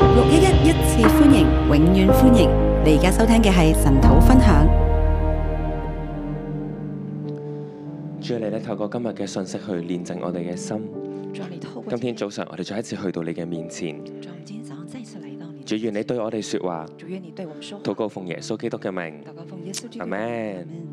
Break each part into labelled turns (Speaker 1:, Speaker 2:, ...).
Speaker 1: 六一一一次歡迎，永遠歡迎！你而家收聽嘅係神土分享。
Speaker 2: 主啊，你咧透過今日嘅信息去煉淨我哋嘅心。
Speaker 3: 主啊，你透过
Speaker 2: 今天早上我哋再一次去到你嘅面前，
Speaker 3: 主啊，我们今天早上再次来到你的
Speaker 2: 主愿你对我哋說話，
Speaker 3: 主愿你对我们说话。
Speaker 2: 禱告奉耶穌基督嘅名。
Speaker 3: 祷告奉耶稣基督的
Speaker 2: Amen
Speaker 3: 名。阿门。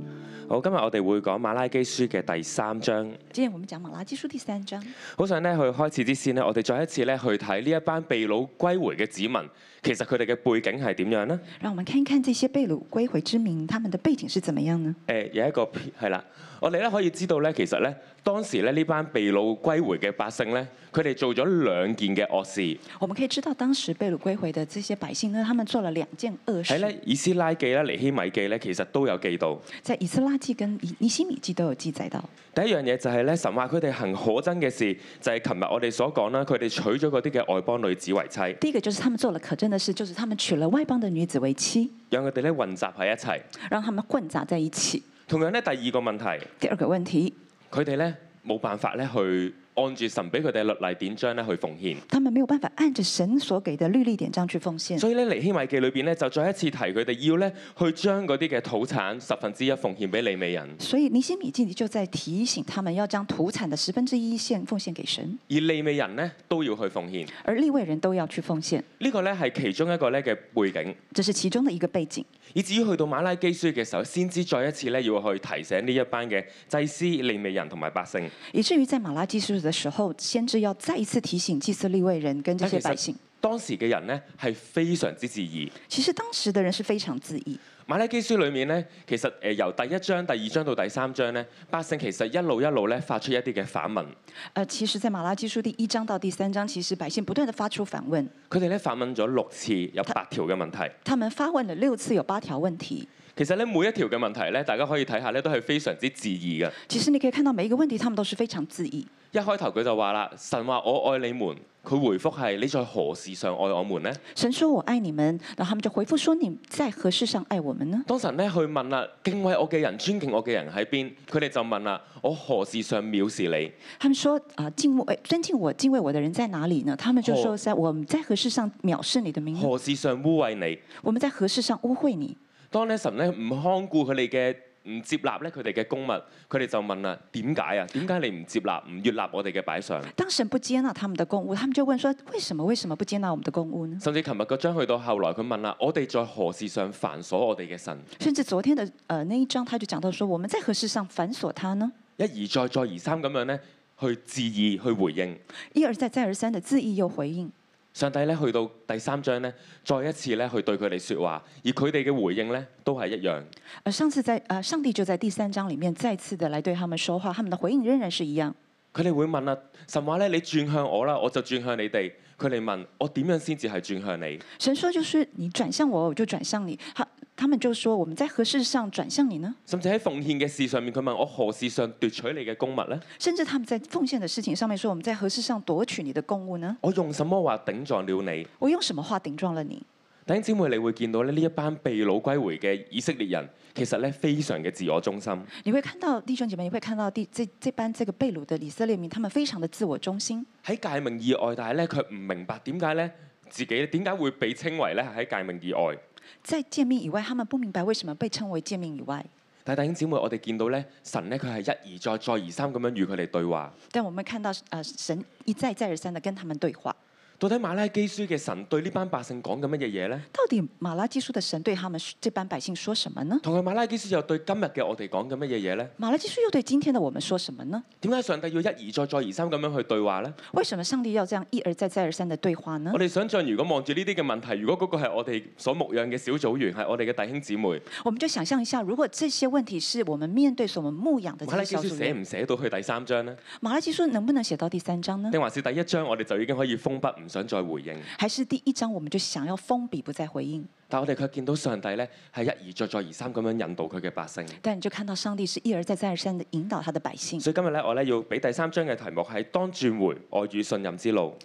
Speaker 2: 好，今日我哋會講馬拉基書嘅第三章。
Speaker 3: 今天我们讲马拉基书第三章，
Speaker 2: 好想咧去開始之前呢，我哋再一次咧去睇呢一班被掳歸回嘅子民，其實佢哋嘅背景係點樣呢？
Speaker 3: 让我们看一看这些被掳归回之民，他们的背景是怎么样呢？
Speaker 2: 誒、有一個係啦，我哋咧可以知道咧，其實咧當時咧呢班被掳歸回嘅百姓咧，佢哋做咗兩件嘅惡事。
Speaker 3: 我们可以知道，当时被掳归回的这些百姓呢，他们做了两件恶
Speaker 2: 喺
Speaker 3: 事，
Speaker 2: 咧以斯拉記啦、尼希米記咧，其實都有記到。
Speaker 3: 在以斯拉记跟以尼西米记都有记载到。
Speaker 2: 第一樣嘢就係咧，神話佢哋行可憎嘅事，就係琴日我哋所講啦，佢哋娶咗嗰啲嘅外邦女子為妻，
Speaker 3: 第一个就是他们做了可憎的事，就是他们娶了外邦的女子为妻，
Speaker 2: 讓佢哋咧混雜喺一齊。
Speaker 3: 让他们混杂在一起。
Speaker 2: 同樣咧，第二個問題，
Speaker 3: 第二个问题，
Speaker 2: 佢哋咧冇辦法咧去按住神俾佢哋嘅律例典章咧去奉獻，
Speaker 3: 他们没有办法按着神所给的律例典章去奉献。
Speaker 2: 所以咧尼希米記裏邊咧就再一次提佢哋要咧去將嗰啲嘅土產十分之一奉獻俾利未人，
Speaker 3: 所以尼西米记就在提醒他们要将土产的十分之一献奉献给神，
Speaker 2: 而利未人咧都要去奉獻。
Speaker 3: 而立位人都要去奉献，
Speaker 2: 呢、個咧係其中一個咧嘅背景。
Speaker 3: 这是其中的一个背景。
Speaker 2: 以至於去到馬拉基書嘅時候，先知再一次咧要去提醒呢一班嘅祭司、利未人同埋百姓。
Speaker 3: 以至于在马拉基书的时候，先知要再一次提醒祭司立位人跟这些百姓。
Speaker 2: 當時嘅人呢係非常之自義。
Speaker 3: 其实当时的人是非常自意。
Speaker 2: 馬拉基書裏面呢，其實誒由第一章、第二章到第三章呢，百姓其實一路一路咧發出一啲嘅反問。
Speaker 3: 呃，其实，在马拉基书第一章到第三章，其实百姓不断的发出反问，
Speaker 2: 佢哋咧反問咗六次，有八條嘅問題。
Speaker 3: 他们发问了六次，有八条问题。
Speaker 2: 其實咧每一條嘅問題咧，大家可以睇下咧都係非常之自義嘅。
Speaker 3: 其实你可以看到每一个问題，他们都是非常自意。
Speaker 2: 一開頭佢就話啦：神話我愛你們。佢回覆係：你在何事上愛我們呢？
Speaker 3: 神说我爱你们，然后他们就回复说你在何事上爱我们呢？
Speaker 2: 當神咧去問啦，敬畏我嘅人、尊敬我嘅人喺邊？佢哋就問啦：我何事上藐視你？
Speaker 3: 他们说啊、敬畏、尊敬我、敬畏我的人在哪里呢？他们就说
Speaker 2: 哦
Speaker 3: 在我们在何事上藐视你的名呢？
Speaker 2: 何事上污衊你？
Speaker 3: 我们在何事上污秽你？
Speaker 2: 當咧神咧唔看顧佢哋嘅唔接納咧佢哋嘅公物，佢哋就問啦：點解啊？點解你唔接納、唔悦納我哋嘅擺上？
Speaker 3: 当神不接纳他们的供物，他们就问说：为什么？为什么不接纳我们的供物呢？
Speaker 2: 甚至琴日個章去到後來，佢問啦：我哋在何事上煩鎖我哋嘅神？
Speaker 3: 甚至昨天的呃那一章，他就講到说：我们在何事上反鎖他呢？
Speaker 2: 一而再、再而三咁樣咧，去致意去回應。
Speaker 3: 一而再，再而三的自意又回應。
Speaker 2: 上帝咧去到第三章咧，再一次咧去對佢哋説話，而佢哋嘅回應咧都係一樣。
Speaker 3: 呃，上次在呃上帝就在第三章里面再次的来对他们说话，他们的回应仍然是一样。
Speaker 2: 佢哋會問啦，神話咧，你轉向我啦，我就轉向你哋。佢哋問我點樣先至係轉向你？
Speaker 3: 神说就是你轉向我，我就轉向你。他他们就说：我们在何事上轉向你呢？
Speaker 2: 甚至喺奉獻嘅事上面，佢問我何事上奪取你嘅公物呢？
Speaker 3: 甚至他们在奉献的事情上面说，我们在何事上夺取你的公物呢？
Speaker 2: 我用什麼話頂撞了你？
Speaker 3: 我用什么话顶撞了你？
Speaker 2: 弟兄姊妹，你會見到咧呢一班被掳歸回嘅以色列人，其實咧非常嘅自我中心。
Speaker 3: 你会看到弟兄姐妹，你会看到第这这班这个被掳的以色列民，他们非常的自我中心，
Speaker 2: 喺界命以外，但係咧佢唔明白點解咧自己點解會被稱為咧喺界命以外。
Speaker 3: 在诫命以外，他们不明白为什么被称为诫命以外。
Speaker 2: 但係弟兄姊妹，我哋見到咧神咧佢係一而再、再而三咁樣與佢哋對話。
Speaker 3: 但我们看到，呃，神一再再而三的跟他们对话。
Speaker 2: 到底馬拉基書嘅神對呢班百姓講緊乜嘢嘢咧？
Speaker 3: 到底马拉基书的神对他们这班百姓说什么呢？
Speaker 2: 同佢馬拉基書又對今日嘅我哋講緊乜嘢嘢呢？
Speaker 3: 马拉基书又对今天的我们说什么呢？
Speaker 2: 點解上帝要一而再、再而三咁樣去對話呢？
Speaker 3: 为什么上帝要这样一而再、再而三的对话呢
Speaker 2: 我？哋想象，如果望住呢啲嘅問題，如果嗰個係我哋所牧養嘅小組員，係我哋嘅弟兄姊妹，
Speaker 3: 我们就想象一下，如果这些问題是我们面對所我们牧養的
Speaker 2: 馬
Speaker 3: 这
Speaker 2: 拉
Speaker 3: 些
Speaker 2: 基書
Speaker 3: 小組
Speaker 2: 寫
Speaker 3: 員，
Speaker 2: 唔寫到去第三章呢？
Speaker 3: 馬拉基書能不能寫到第三章呢？
Speaker 2: 定還是第一章我哋就已經可以封筆，唔想再回應？
Speaker 3: 還是第一章我們就想要封筆不再回應？
Speaker 2: 但我哋卻見到上帝呢，係一而再、再而三咁樣引導佢嘅百姓。
Speaker 3: 但你就看到上帝是一而再、再而三的引導他的百姓。
Speaker 2: 所以今日呢，我呢要俾第三章嘅題目係當轉回愛與信任之路。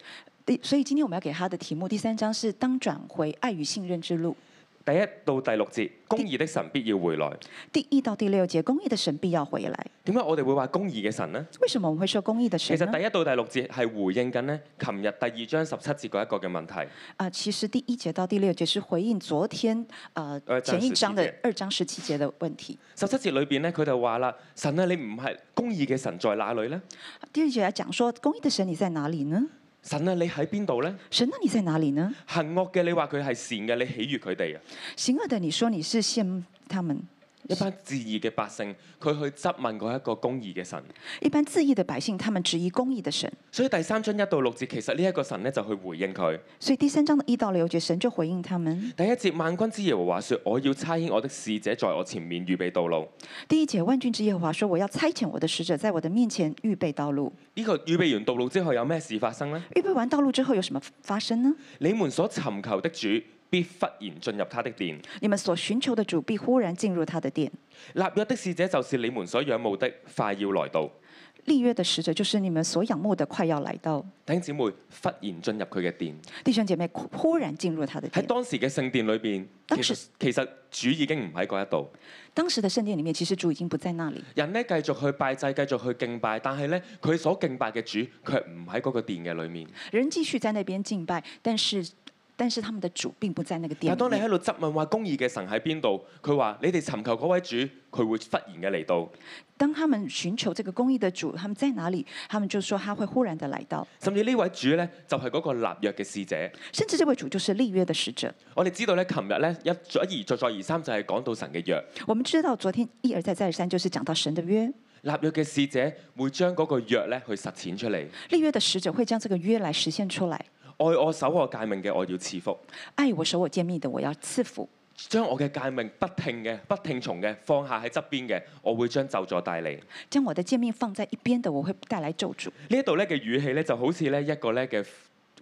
Speaker 3: 第所以今天我們要給他的題目，第三章是當轉回愛與信任之路。
Speaker 2: 第一到第六節，公義的神必要回來。
Speaker 3: 第一到第六节，公义的神必要回来。
Speaker 2: 點解我哋會話公義嘅神呢？
Speaker 3: 为什么我们会说公义的
Speaker 2: 其
Speaker 3: 神
Speaker 2: 實
Speaker 3: 呢？
Speaker 2: 第一到第六節係回應緊呢，琴日第二章十七節嗰一個嘅問題。
Speaker 3: 啊、其实第一节到第六节是回应昨天呃
Speaker 2: 二章
Speaker 3: 前一
Speaker 2: 17
Speaker 3: 章的
Speaker 2: 节
Speaker 3: 二章十七节的问题。
Speaker 2: 十七節裏邊呢，佢就話啦：神啊，你唔係公義嘅神在哪裏呢？
Speaker 3: 第二节来讲说，公义的神你在哪里呢？
Speaker 2: 神啊，你喺邊度呢？
Speaker 3: 神那你在哪里呢？
Speaker 2: 行惡嘅你話佢係善嘅，你喜悦佢哋啊！
Speaker 3: 行恶的，你说你是羡慕他们；
Speaker 2: 一班自義嘅百姓，佢去質問嗰一個公義嘅神。
Speaker 3: 一般自义的百姓，他们质疑公义的神。
Speaker 2: 所以第三章一到六節，其實呢一個神呢，就去回應佢。
Speaker 3: 所以第三章的一到六节，神就回应他们。
Speaker 2: 第一節萬軍之耶和華說：我要差遣我的使者在我前面預備道路。
Speaker 3: 第一节，万军之耶和华说：“我要差遣我的使者，在我的面前预备道路。
Speaker 2: 呢、個預備完道路之後，有咩事發生呢？
Speaker 3: 预备完道路之后，有什么发生呢？
Speaker 2: 你們所尋求的主必忽然進入他的殿。
Speaker 3: 你们所寻求的主必忽然进入他的殿。
Speaker 2: 立約的使者就是你們所仰慕的，快要來到。
Speaker 3: 立约的使者就是你们所仰慕的，快要来到。
Speaker 2: 弟兄姊妹忽然進入佢嘅殿，
Speaker 3: 弟兄姐妹，忽忽然进入他的
Speaker 2: 喺
Speaker 3: 殿。
Speaker 2: 當時嘅聖殿裏邊，其
Speaker 3: 當時
Speaker 2: 實其實主已經唔喺嗰一度。
Speaker 3: 当时的圣殿里面，其实主已经不在那里。
Speaker 2: 人咧繼續去拜祭，繼續去敬拜，但係咧佢所敬拜嘅主，卻唔喺嗰個殿嘅裏面。
Speaker 3: 人继续在那边敬拜，但是但是他们的主并不在那个
Speaker 2: 但
Speaker 3: 殿
Speaker 2: 係當
Speaker 3: 里
Speaker 2: 你
Speaker 3: 面。
Speaker 2: 喺度質問話公義嘅神喺邊度，佢話你哋尋求嗰位主，佢會忽然嘅嚟到，
Speaker 3: 当他们寻求这个公义的主，他们在哪里？他们就说他会忽然的来到，
Speaker 2: 甚至呢位主咧就係嗰個立約嘅使者。
Speaker 3: 甚至这位主就是立约的使者。
Speaker 2: 我哋知道咧，琴日咧一一而再再而三就係講到神嘅約，
Speaker 3: 我们知道，昨天一而再再而三就是講到神的约，
Speaker 2: 立約嘅使者會將嗰個約咧去實踐出嚟。愛
Speaker 3: 立约的使者会將這個约來實現出來。
Speaker 2: 我守我戒命嘅，我要賜福；
Speaker 3: 愛我、守我、诫命的，我要赐福；
Speaker 2: 將我嘅戒命不聽嘅、不聽從嘅放下喺側邊嘅，我會將咒詛帶嚟。
Speaker 3: 將我的诫命放在一邊的，我會帶來咒詛。
Speaker 2: 呢一度咧嘅語氣咧就好似咧一個咧嘅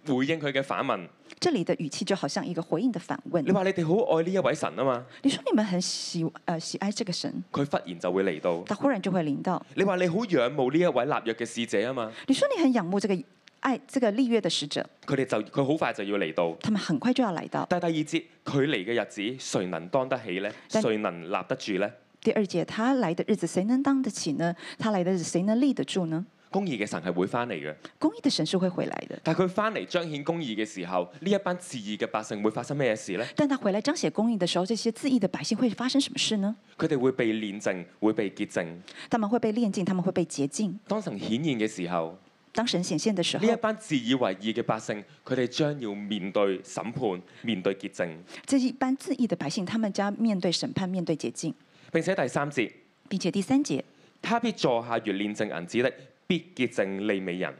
Speaker 2: 回應佢嘅反問。
Speaker 3: 這裡的語氣就好像一個回應的反問。
Speaker 2: 你話你哋好愛呢一位神啊嘛，
Speaker 3: 你說你們很喜呃喜愛這個神，
Speaker 2: 佢忽然就會嚟到。
Speaker 3: 他忽然就會臨到；
Speaker 2: 你話你好仰慕呢一位立約嘅使者啊嘛，
Speaker 3: 你說你很仰慕這個愛這個立约的使者，
Speaker 2: 佢哋就佢好快就要嚟到。
Speaker 3: 他們很快就要來到。
Speaker 2: 但係第二節，佢嚟嘅日子，誰能當得起呢？
Speaker 3: 但
Speaker 2: 誰能立得住呢？
Speaker 3: 第二節，他來的日子誰能當得起呢？他來的日子誰能立得住呢？
Speaker 2: 公義嘅神係會翻嚟嘅，
Speaker 3: 公義的神是會回來的，
Speaker 2: 但係佢翻嚟彰顯公義嘅時候，呢一班自義嘅百姓會發生咩事呢？
Speaker 3: 但他回來彰顯公義的時候，這些自義的百姓會發生什麼事呢？
Speaker 2: 佢哋會被煉淨，會被潔淨。
Speaker 3: 他們會被炼净，他们会被洁净。
Speaker 2: 當神顯現嘅時候，
Speaker 3: 当神显现的时候
Speaker 2: 呢，一班自以為義嘅百姓，佢哋將要面對審判、面對潔淨。
Speaker 3: 这一般自义的百姓，他們将面對審判，面對洁净，
Speaker 2: 並且第三節，
Speaker 3: 并且第三節，
Speaker 2: 他必坐下如煉淨銀子的，必潔淨利美人。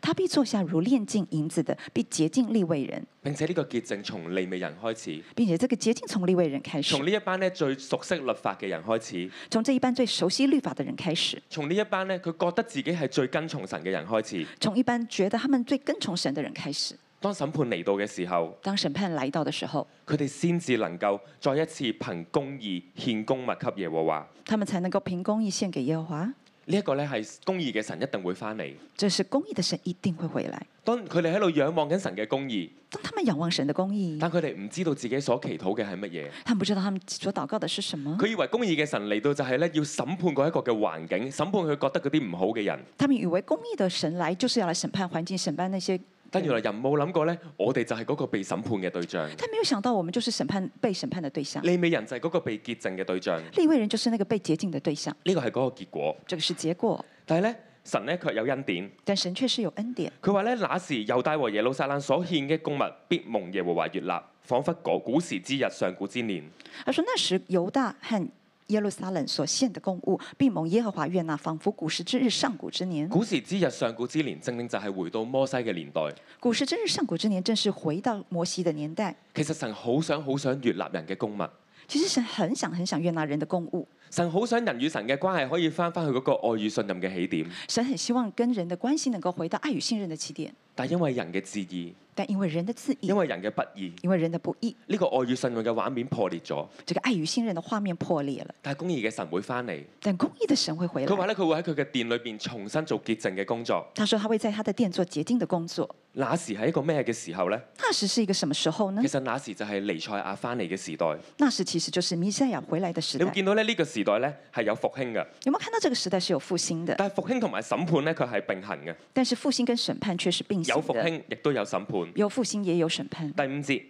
Speaker 3: 他必坐下如炼净银子的，必洁净利未人，
Speaker 2: 並且呢個潔淨從利美人開始，
Speaker 3: 并且这个洁净從利未人開
Speaker 2: 從
Speaker 3: 始，
Speaker 2: 呢一班咧最熟悉律法嘅人開始，
Speaker 3: 從這一班最熟悉律法的人開始，
Speaker 2: 從呢一班咧佢覺得自己係最跟從神嘅人開始。
Speaker 3: 從一般覺得他們最跟從神的人開始。
Speaker 2: 當審判嚟到嘅時候，
Speaker 3: 當審判來到的時候，
Speaker 2: 佢哋先至能夠再一次憑公義獻公物給耶和華。
Speaker 3: 他們才能夠憑公義獻給耶和華。
Speaker 2: 呢、一個咧係公義嘅神一定會翻嚟。
Speaker 3: 這是公義的神一定會回來。
Speaker 2: 當佢哋喺度仰望緊神嘅公義，
Speaker 3: 當他們仰望神的公義，
Speaker 2: 但佢哋唔知道自己所祈禱嘅係乜嘢。
Speaker 3: 他們不知道他們所禱告的是什麼，
Speaker 2: 佢以為公義嘅神嚟到就係咧要審判嗰一個嘅環境，審判佢覺得嗰啲唔好嘅人。
Speaker 3: 他們以為公義的神來就是要來審判環境、審判那些
Speaker 2: 但原來人冇諗過咧，我哋就係嗰個被審判嘅對象，
Speaker 3: 但没有想到，我们就是审判被審判的對象，
Speaker 2: 利美人就係嗰個被潔淨嘅對象。
Speaker 3: 利未人就是那個被洁净的對象，
Speaker 2: 呢個係嗰個結果。
Speaker 3: 這個是結果。
Speaker 2: 但係咧，神咧卻有恩典。
Speaker 3: 但神卻是有恩典，
Speaker 2: 佢話咧，那時猶大和耶路撒冷所獻嘅供物，必蒙耶和華悦納，彷彿嗰古時之日、上古之年。
Speaker 3: 他說那時猶大和耶路撒冷所獻的供物，必蒙耶和華悦納，仿佛古時之日、上古之年。
Speaker 2: 古時之日、上古之年，正正就係回到摩西嘅年代。
Speaker 3: 古時之日、上古之年，正是回到摩西的年代。
Speaker 2: 其實神好想好想悦納人嘅供物，
Speaker 3: 其實神很想很想悦納人的供物，
Speaker 2: 神好想人與神嘅關係可以翻翻去嗰個愛與信任嘅起點，
Speaker 3: 神很希望跟人的关系能够回到爱与信任的起点，
Speaker 2: 但因為人嘅自義，
Speaker 3: 但因为人的自义
Speaker 2: 因，為人嘅不義，
Speaker 3: 因为人的不义，
Speaker 2: 呢、個愛與信任嘅畫面破裂咗。
Speaker 3: 这个爱与信任的画面破裂了。
Speaker 2: 但係公義嘅神會翻嚟，
Speaker 3: 但公义的神会回
Speaker 2: 佢話
Speaker 3: 来，
Speaker 2: 咧佢會喺佢嘅殿裏邊重新做潔淨嘅工作。
Speaker 3: 他说他会在他的殿做洁净的工作。
Speaker 2: 那時係一個咩嘅時候呢？
Speaker 3: 那时是一个什么时候呢
Speaker 2: 其？實那時就係尼賽亞翻嚟嘅時代。
Speaker 3: 那时其实就是弥赛亚回来的时
Speaker 2: 你會
Speaker 3: 代。
Speaker 2: 見到咧呢個時代咧係有復興嘅，
Speaker 3: 有没有看到这个时代是有复兴的？
Speaker 2: 但係復興同埋審判咧佢係並行嘅，
Speaker 3: 但是复兴跟审判却是并行
Speaker 2: 有復
Speaker 3: 的，
Speaker 2: 興亦都有審判。
Speaker 3: 有复兴也有审判。
Speaker 2: 第五節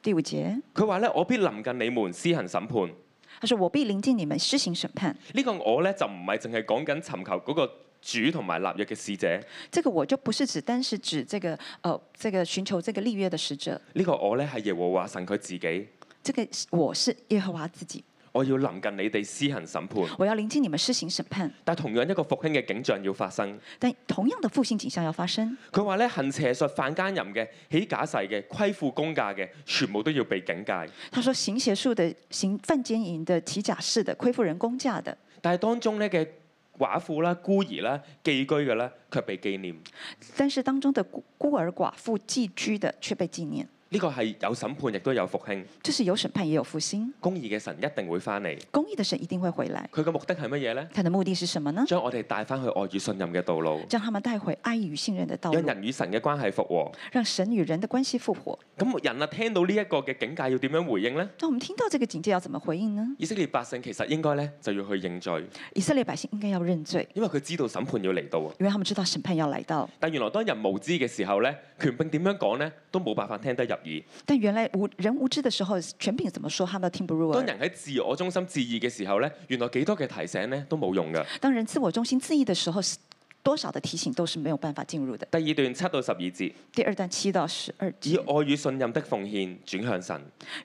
Speaker 3: 第五节，
Speaker 2: 佢話咧我必臨近你們施行審判。
Speaker 3: 他说：“我必临近你们施行审判。
Speaker 2: 呢個我咧就唔係淨係講緊尋求嗰個主同埋立約嘅使者，”
Speaker 3: 这个我就不是指单是指这个呃这个寻求这个立约的使者，
Speaker 2: 呢、個我咧係耶和華神佢自己，
Speaker 3: 这个是我是耶和华自己，
Speaker 2: 我要臨近你哋施行審判。
Speaker 3: 我要临近你们施行审判。
Speaker 2: 但同樣一個復興嘅景象要發生。
Speaker 3: 但同样的复兴景象要发生，
Speaker 2: 佢話咧行邪術、犯奸淫嘅、起假誓嘅、虧負公價嘅，全部都要被警戒。
Speaker 3: 他说行邪术的、行犯奸淫的、提假释的、亏负人工价的，
Speaker 2: 但係當中咧嘅寡婦啦、孤兒啦、寄居嘅咧，卻被紀念。
Speaker 3: 但是当中的孤孤儿寡妇寄居的却被纪念。
Speaker 2: 呢、個係有審判，亦都有復興。
Speaker 3: 就是有审判也有复兴，
Speaker 2: 公義嘅神一定會翻嚟。
Speaker 3: 公义的神一定会回来。
Speaker 2: 佢嘅目的係乜嘢呢？
Speaker 3: 他的目的是什么呢？
Speaker 2: 將我哋帶翻去愛與信任嘅道路，
Speaker 3: 将他们带回爱与信任的道
Speaker 2: 讓
Speaker 3: 路，
Speaker 2: 人與神嘅關係復和。
Speaker 3: 让神与人的关系复活。
Speaker 2: 咁人啊，聽到呢一個嘅警戒要點樣回應呢？
Speaker 3: 那我们听到这个警戒要怎么回应呢？
Speaker 2: 以色列百姓其實應該咧就要去認罪，
Speaker 3: 以色列百姓应该要认罪，
Speaker 2: 因為佢知道審判要嚟到啊。
Speaker 3: 因为他们知道审判要来到。
Speaker 2: 但原來當人無知嘅時候咧，權柄點樣講咧都冇辦法聽得入耳。
Speaker 3: 但原来无人無知的时候，权柄怎么说，他们都听不入
Speaker 2: 當
Speaker 3: 耳。
Speaker 2: 人喺自我中心自義嘅時候咧，原來幾多嘅提醒咧都冇用嘅。
Speaker 3: 当人自我中心自义的时候，是多少的提醒都是没有办法进入的。
Speaker 2: 第二段七到十二節，
Speaker 3: 第二段七到十二
Speaker 2: 以
Speaker 3: 节，
Speaker 2: 愛與信任的奉獻轉向神。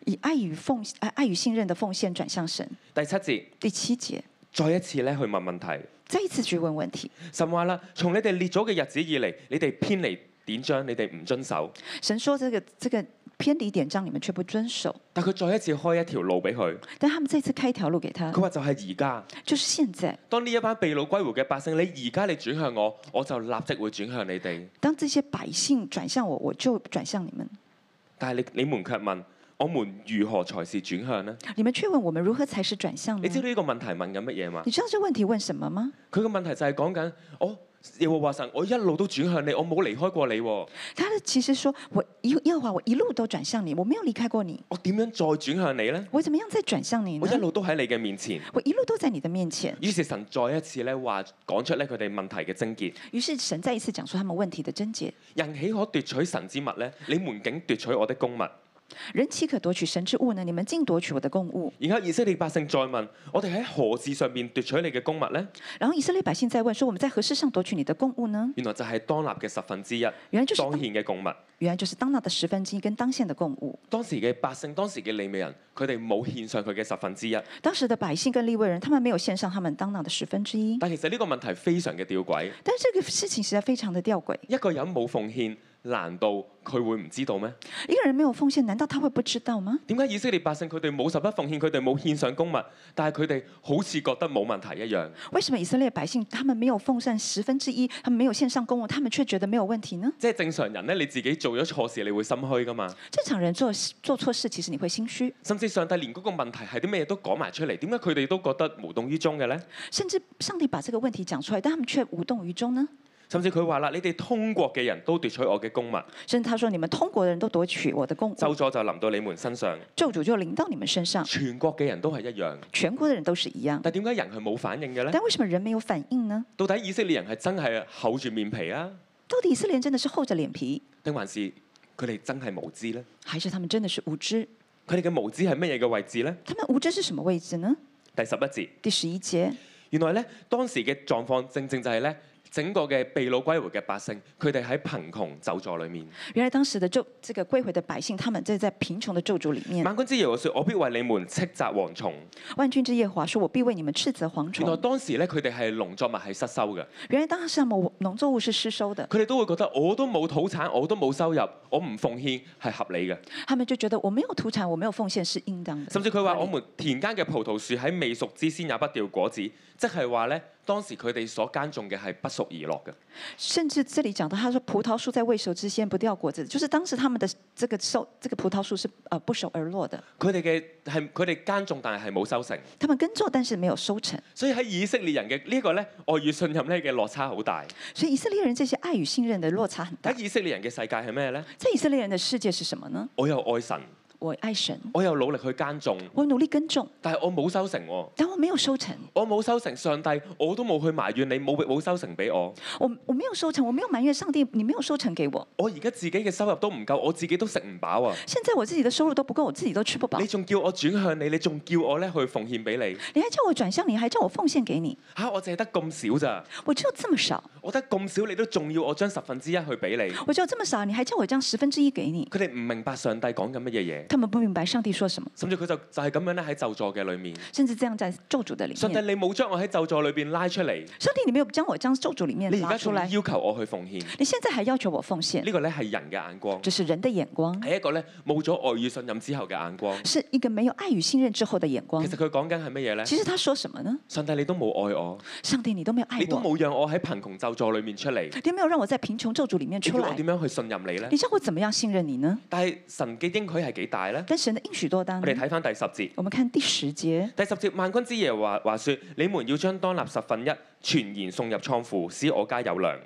Speaker 3: 以爱与奉呃爱与信任的奉献转向神。
Speaker 2: 第七節，
Speaker 3: 第七节，
Speaker 2: 再一次咧去問問題。
Speaker 3: 再一次追问问题。
Speaker 2: 神話啦，從你哋列祖嘅日子以嚟，你哋偏離典章，你哋唔遵守。
Speaker 3: 神说这个这个偏离典章，你们却不遵守。
Speaker 2: 但佢再一次開一條路俾佢，
Speaker 3: 但他们再次开一条路给他
Speaker 2: 佢，話就係而家。
Speaker 3: 就是现在。
Speaker 2: 當呢一班被擄歸回嘅百姓，你而家你轉向我，我就立即會轉向你哋。
Speaker 3: 当这些百姓转向我，我就转向你们。
Speaker 2: 但係你你們卻問我們如何才是轉向呢？
Speaker 3: 你们却问我们如何才是转向呢
Speaker 2: 你？知道呢個問題問緊乜嘢嘛？
Speaker 3: 你知道这问题问什么嗎？
Speaker 2: 佢個問題就係講緊我哦耶和華神，我一路都轉向你，我冇離開過你喎，我
Speaker 3: 他的其实说，我一耶和华，我一路都转向你，我没有离开过你，
Speaker 2: 點樣再轉向你呢？
Speaker 3: 我怎么样再转向你
Speaker 2: 我
Speaker 3: 呢
Speaker 2: 一？路都喺你嘅面前。
Speaker 3: 我一路都在你的面前。
Speaker 2: 於是神再一次咧話講出咧佢哋問題嘅症結，
Speaker 3: 于是神再一次讲出他们问题的症结：
Speaker 2: 人岂可奪取神之物呢？你們竟奪取我的公物。
Speaker 3: 人岂可夺取神之物呢？你们竟夺取我的供物。
Speaker 2: 然後以色列百姓再問：我哋喺何事上面奪取你嘅公物呢？
Speaker 3: 然后以色列百姓在问说：我们在何事上夺取你的供物呢？
Speaker 2: 原來就係當立嘅十分之一，
Speaker 3: 原来就是
Speaker 2: 當
Speaker 3: 当
Speaker 2: 獻嘅供物。
Speaker 3: 原来就是当纳的十分之一跟当献的供物。
Speaker 2: 當時嘅百姓，當時嘅利未人，佢哋冇獻上佢嘅十分之一。
Speaker 3: 当时的百姓跟利未人，他们没有献上他们当纳的十分之一。
Speaker 2: 但其實呢個問題非常嘅吊詭，
Speaker 3: 但是这个事情实在非常的吊诡。
Speaker 2: 一個人冇奉獻，難道佢會唔知道咩？
Speaker 3: 一个人没有奉献，难道他会不知道吗？
Speaker 2: 點解以色列百姓佢哋冇十一奉獻，佢哋冇獻上公物，但係佢哋好似覺得冇問題一樣？
Speaker 3: 为什么以色列百姓他们没有奉献十分之一，他们没有献上公物，他们却觉得没有问题呢？
Speaker 2: 即係正常人咧，你自己做咗錯事，你會心虛噶嘛？
Speaker 3: 正常人做做错事，其实你会心虚，
Speaker 2: 甚至上帝連嗰個問題係啲咩都講埋出嚟，點解佢哋都覺得無動於衷嘅呢？
Speaker 3: 甚至上帝把这个问题讲出来，但他们却无动于衷呢？
Speaker 2: 甚至佢話啦：你哋通國嘅人都奪取我嘅公物，
Speaker 3: 甚至他说：“你们通国的人都夺取我的公物，
Speaker 2: 咒咗就臨到你們身上，
Speaker 3: 咒诅就临到你们身上，
Speaker 2: 全國嘅人都係一樣。
Speaker 3: 全国的人都是一样。
Speaker 2: 但點解人係冇反應嘅呢？
Speaker 3: 但为什么人没有反应呢？
Speaker 2: 到底以色列人係真係厚住面皮啊，
Speaker 3: 到底以色列人真的是厚着脸皮，
Speaker 2: 定還是佢哋真係無知呢？
Speaker 3: 还是他们真的是无知？
Speaker 2: 佢哋嘅無知係乜嘢嘅位置呢？
Speaker 3: 他们无知是什么位置呢？”
Speaker 2: 第十一節，
Speaker 3: 第十一节，
Speaker 2: 原來呢，當時嘅狀況正正就係呢，整個嘅被擄歸回嘅百姓，佢哋喺貧窮咒詛裏面。
Speaker 3: 原来当时的咒这个归回的百姓，他们这在贫穷的咒诅里面。
Speaker 2: 萬軍之耶和華說：我必為你們斥責蝗蟲。
Speaker 3: 万军之耶和华说：“我必为你们斥责蝗
Speaker 2: 原來
Speaker 3: 虫。
Speaker 2: 當時咧，佢哋係農作物係失收嘅，”
Speaker 3: 原来当时他们农作物是失收的，
Speaker 2: 佢哋都會覺得我都冇土產，我都冇收入，我唔奉獻係合理嘅。
Speaker 3: 他们就觉得我没有土产，我没有奉献是应当的。
Speaker 2: 甚至佢話：我
Speaker 3: 合理
Speaker 2: 們田間嘅葡萄樹喺未熟之先也不掉果子，即係話咧，當時佢哋所耕種嘅係不熟而落嘅。
Speaker 3: 甚至这里讲到，他说葡萄树在未熟之先不掉果子，就是当时他们的这个收这个葡萄树是呃不熟而落的，
Speaker 2: 佢哋嘅係佢哋耕種，但係係冇收成。
Speaker 3: 他们耕作但是没有收成，
Speaker 2: 所以喺以色列人嘅呢一個咧愛與信任咧嘅落差好大。
Speaker 3: 所以以色列人这些爱与信任的落差很大
Speaker 2: 喺。以色列人嘅世界係咩咧？
Speaker 3: 在以色列人的世界是什么呢？
Speaker 2: 我有愛神，
Speaker 3: 我爱神，
Speaker 2: 我有努力去耕種，
Speaker 3: 我努力耕种，
Speaker 2: 但係我冇收成喎。
Speaker 3: 但我没有收成，
Speaker 2: 我冇收成，上帝我都冇去埋怨你，冇冇收成俾我。
Speaker 3: 我我没有收成，我没有埋怨上帝，你没有收成给我。
Speaker 2: 我而家自己嘅收入都唔夠，我自己都食唔飽啊！
Speaker 3: 现在我自己的收入都不够，我自己都吃不饱
Speaker 2: 你，仲叫我轉向你，你仲叫我咧去奉獻俾你
Speaker 3: 你还叫我转向你，还叫我奉献给你，
Speaker 2: 吓、我淨係得咁少咋？
Speaker 3: 我只有这么少，
Speaker 2: 我得咁少，你都仲要我將十分之一去俾你？
Speaker 3: 我只有这么少，你还叫我将十分之一给你？
Speaker 2: 佢哋唔明白上帝講緊乜嘢嘢，
Speaker 3: 他们不明白上帝说什么，
Speaker 2: 甚至佢就就係咁樣咧喺咒詛嘅裏面。
Speaker 3: 甚至这样在咒诅的里
Speaker 2: 上帝
Speaker 3: 面。
Speaker 2: 你冇將我喺咒詛裏邊拉出嚟，
Speaker 3: 上帝，你没有将我将咒诅里面
Speaker 2: 你而
Speaker 3: 拉
Speaker 2: 家
Speaker 3: 出
Speaker 2: 仲
Speaker 3: 来，
Speaker 2: 要求我去奉獻，
Speaker 3: 你现在还要求我奉献
Speaker 2: 呢，個咧係人嘅眼光，
Speaker 3: 这是人的眼光，
Speaker 2: 係一個咧冇咗愛與信任之後嘅眼光。
Speaker 3: 是一个没有爱与信任之后的眼光
Speaker 2: 其。實佢講緊係乜嘢咧？
Speaker 3: 其实他说什么呢？
Speaker 2: 上帝你都冇愛我，
Speaker 3: 上帝，你都没有爱
Speaker 2: 你都
Speaker 3: 我，
Speaker 2: 冇讓我喺貧窮咒詛裏面出嚟，你
Speaker 3: 你没有让我在贫穷咒诅里面
Speaker 2: 叫
Speaker 3: 出
Speaker 2: 我
Speaker 3: 来
Speaker 2: 點，樣去信任你呢
Speaker 3: 你？叫我怎么样信任你呢？
Speaker 2: 但係神嘅應許係幾大呢？
Speaker 3: 但神的应许多大
Speaker 2: 我
Speaker 3: 呢
Speaker 2: 哋？睇翻第十節，
Speaker 3: 我们看第十节，
Speaker 2: 第十節萬軍之耶和華話說：你們要將當納十分一全然送入倉庫，使我家有糧。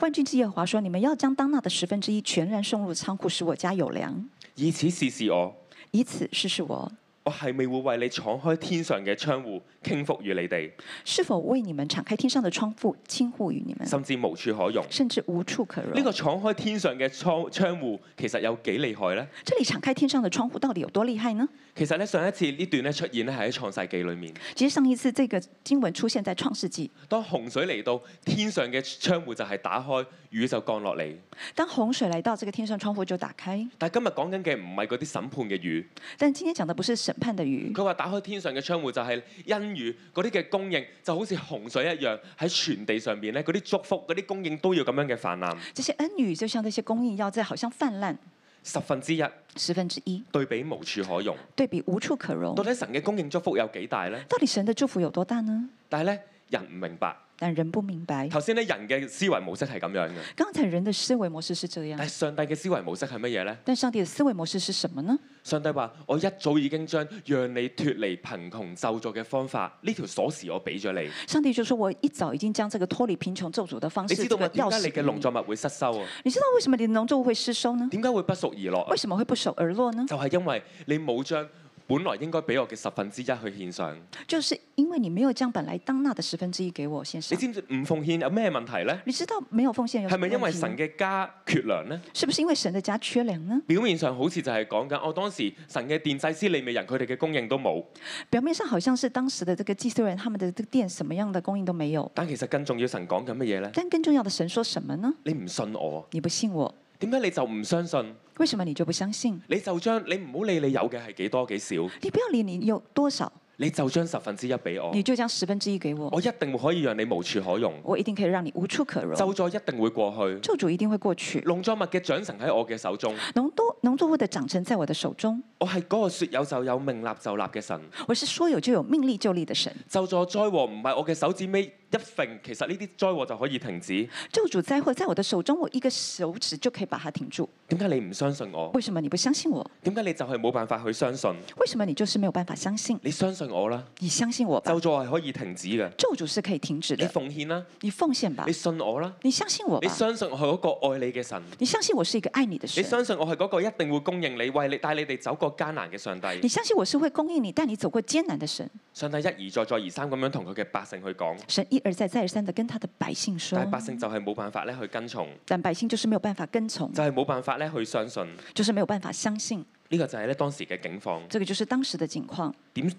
Speaker 3: 万军之耶和华说：“你们要将当纳的十分之一全然送入仓库，使我家有粮，
Speaker 2: 以此試試我，
Speaker 3: 以此试试我
Speaker 2: 我係咪會為你敞開天上嘅窗戶，傾覆與你哋，
Speaker 3: 是否为你们敞开天上的窗户，轻护于你们，
Speaker 2: 甚至無處可容？
Speaker 3: 甚至无处可
Speaker 2: 呢
Speaker 3: 容。
Speaker 2: 個敞開天上嘅窗窗户，其實有幾厲害呢？
Speaker 3: 这里敞开天上的窗户到底有多厉害呢？
Speaker 2: 其實咧上一次呢段咧出現咧係喺創世記裏面，
Speaker 3: 其实上一次这个经文出现在创世纪，
Speaker 2: 當洪水嚟到，天上嘅窗户就係打開，雨就降落嚟。
Speaker 3: 当洪水来到，这个天上窗户就打开。
Speaker 2: 但係今日講緊嘅唔係嗰啲審判嘅雨，
Speaker 3: 但今天讲的不是审判的雨，
Speaker 2: 佢話打開天上嘅窗户就係恩雨，嗰啲嘅供應就好似洪水一樣喺全地上邊咧，嗰啲祝福、嗰啲供應都要咁樣嘅泛濫，
Speaker 3: 这些恩雨就像这些供应要在好像泛滥
Speaker 2: 十分之一
Speaker 3: 十分之一，
Speaker 2: 對比無處可容。
Speaker 3: 对比无处可容
Speaker 2: 到。底神嘅供應祝福有幾大呢？
Speaker 3: 到底神的祝福有多大呢？
Speaker 2: 但係咧人唔明白，
Speaker 3: 但人不明白。
Speaker 2: 頭先咧人嘅思維模式係咁樣嘅，
Speaker 3: 刚才人的思维模式是这样
Speaker 2: 但，係上帝嘅思維模式係乜嘢呢？
Speaker 3: 但上帝的思维模式是什么呢？
Speaker 2: 上帝話：我一早已經將讓你脱離貧窮咒詛嘅方法，呢條鎖匙我俾咗你。
Speaker 3: 上帝就说：“我一早已经將这个脱離貧窮咒詛的方
Speaker 2: 你知
Speaker 3: 式，这
Speaker 2: 道
Speaker 3: 個
Speaker 2: 嗎？點
Speaker 3: 钥
Speaker 2: 解你
Speaker 3: 匙
Speaker 2: 嘅
Speaker 3: 給
Speaker 2: 農
Speaker 3: 你。
Speaker 2: 作物會失收啊？
Speaker 3: 你知道為什麼你的農作物會失收呢？
Speaker 2: 點解會不熟而落啊
Speaker 3: 為？什麼會不守而落呢？
Speaker 2: 就係因為你冇將本來應該俾我嘅十分之一去獻上。
Speaker 3: 就是因為你沒有將本來當納的十分之一給我，先
Speaker 2: 你
Speaker 3: 生。
Speaker 2: 知唔知唔奉獻有咩問題呢？
Speaker 3: 你知道沒有奉獻有
Speaker 2: 係
Speaker 3: 什麼
Speaker 2: 咪因為
Speaker 3: 問題
Speaker 2: 神
Speaker 3: 呢？
Speaker 2: 嘅家缺糧呢？
Speaker 3: 是不是因為神的家缺糧呢？
Speaker 2: 表面上好似就係講緊，我、當時哦神嘅殿祭司利未人佢哋嘅供應都冇，
Speaker 3: 表面上好像是當時的這個祭司人他們的這個店什麼樣的供應都沒有，
Speaker 2: 但其實更重要，神講緊乜嘢呢？
Speaker 3: 但更重要的，神說什麼呢？
Speaker 2: 你唔信我，
Speaker 3: 你不信我，
Speaker 2: 點解你就唔相信？
Speaker 3: 為什麼你就不相信？
Speaker 2: 你就將你唔好理你有嘅係幾多幾少，
Speaker 3: 你不要理你有多少，
Speaker 2: 你就將十分之一俾我
Speaker 3: 你，就將十分之一給我，
Speaker 2: 我一定可以讓你無處可容，
Speaker 3: 我一定可以讓你無處可容。
Speaker 2: 咒詛一定會過去，
Speaker 3: 咒主一定會過去。
Speaker 2: 農作物嘅長成喺我嘅手中，
Speaker 3: 农多农作物的长成在我的手中，
Speaker 2: 我係嗰個説有就有、命立就立嘅神。
Speaker 3: 我是说有就有，命立就立的神。
Speaker 2: 就助災禍唔係我嘅手指尾一揈，其實呢啲災禍就可以停止。
Speaker 3: 咒主灾祸在我的手中，我一个手指就可以把它停住。
Speaker 2: 點解你唔相信我？
Speaker 3: 为什么你不相信我？
Speaker 2: 點解你就係冇辦法去相信？
Speaker 3: 为什么你就是没有办法相信？
Speaker 2: 你相信我啦，
Speaker 3: 你相信我吧，
Speaker 2: 就助係可以停止嘅。
Speaker 3: 咒主是可以停止
Speaker 2: 你
Speaker 3: 的。
Speaker 2: 奉獻啦，
Speaker 3: 你奉獻吧
Speaker 2: 你，信我啦，
Speaker 3: 你相信我
Speaker 2: 你
Speaker 3: 吧，
Speaker 2: 相信我係嗰個愛你嘅神，
Speaker 3: 你相信我是一个爱你的
Speaker 2: 你
Speaker 3: 神，
Speaker 2: 相信我係嗰個一定會供應你、為你帶你哋走過艱難嘅上
Speaker 3: 你
Speaker 2: 帝。
Speaker 3: 相信我是会供應你、带你走過艱难的神。
Speaker 2: 上帝一而再、再而三咁樣同佢嘅百姓去講，
Speaker 3: 神一而再、再而三的跟他的百姓说
Speaker 2: 但，係百姓就係冇辦法咧去跟從，
Speaker 3: 但百姓就是没有办法跟从，
Speaker 2: 就係冇辦法咧去相信。呢、
Speaker 3: 就是没有办法相信。
Speaker 2: 個就係咧當時嘅境況。
Speaker 3: 这个就是当时的境况。
Speaker 2: 點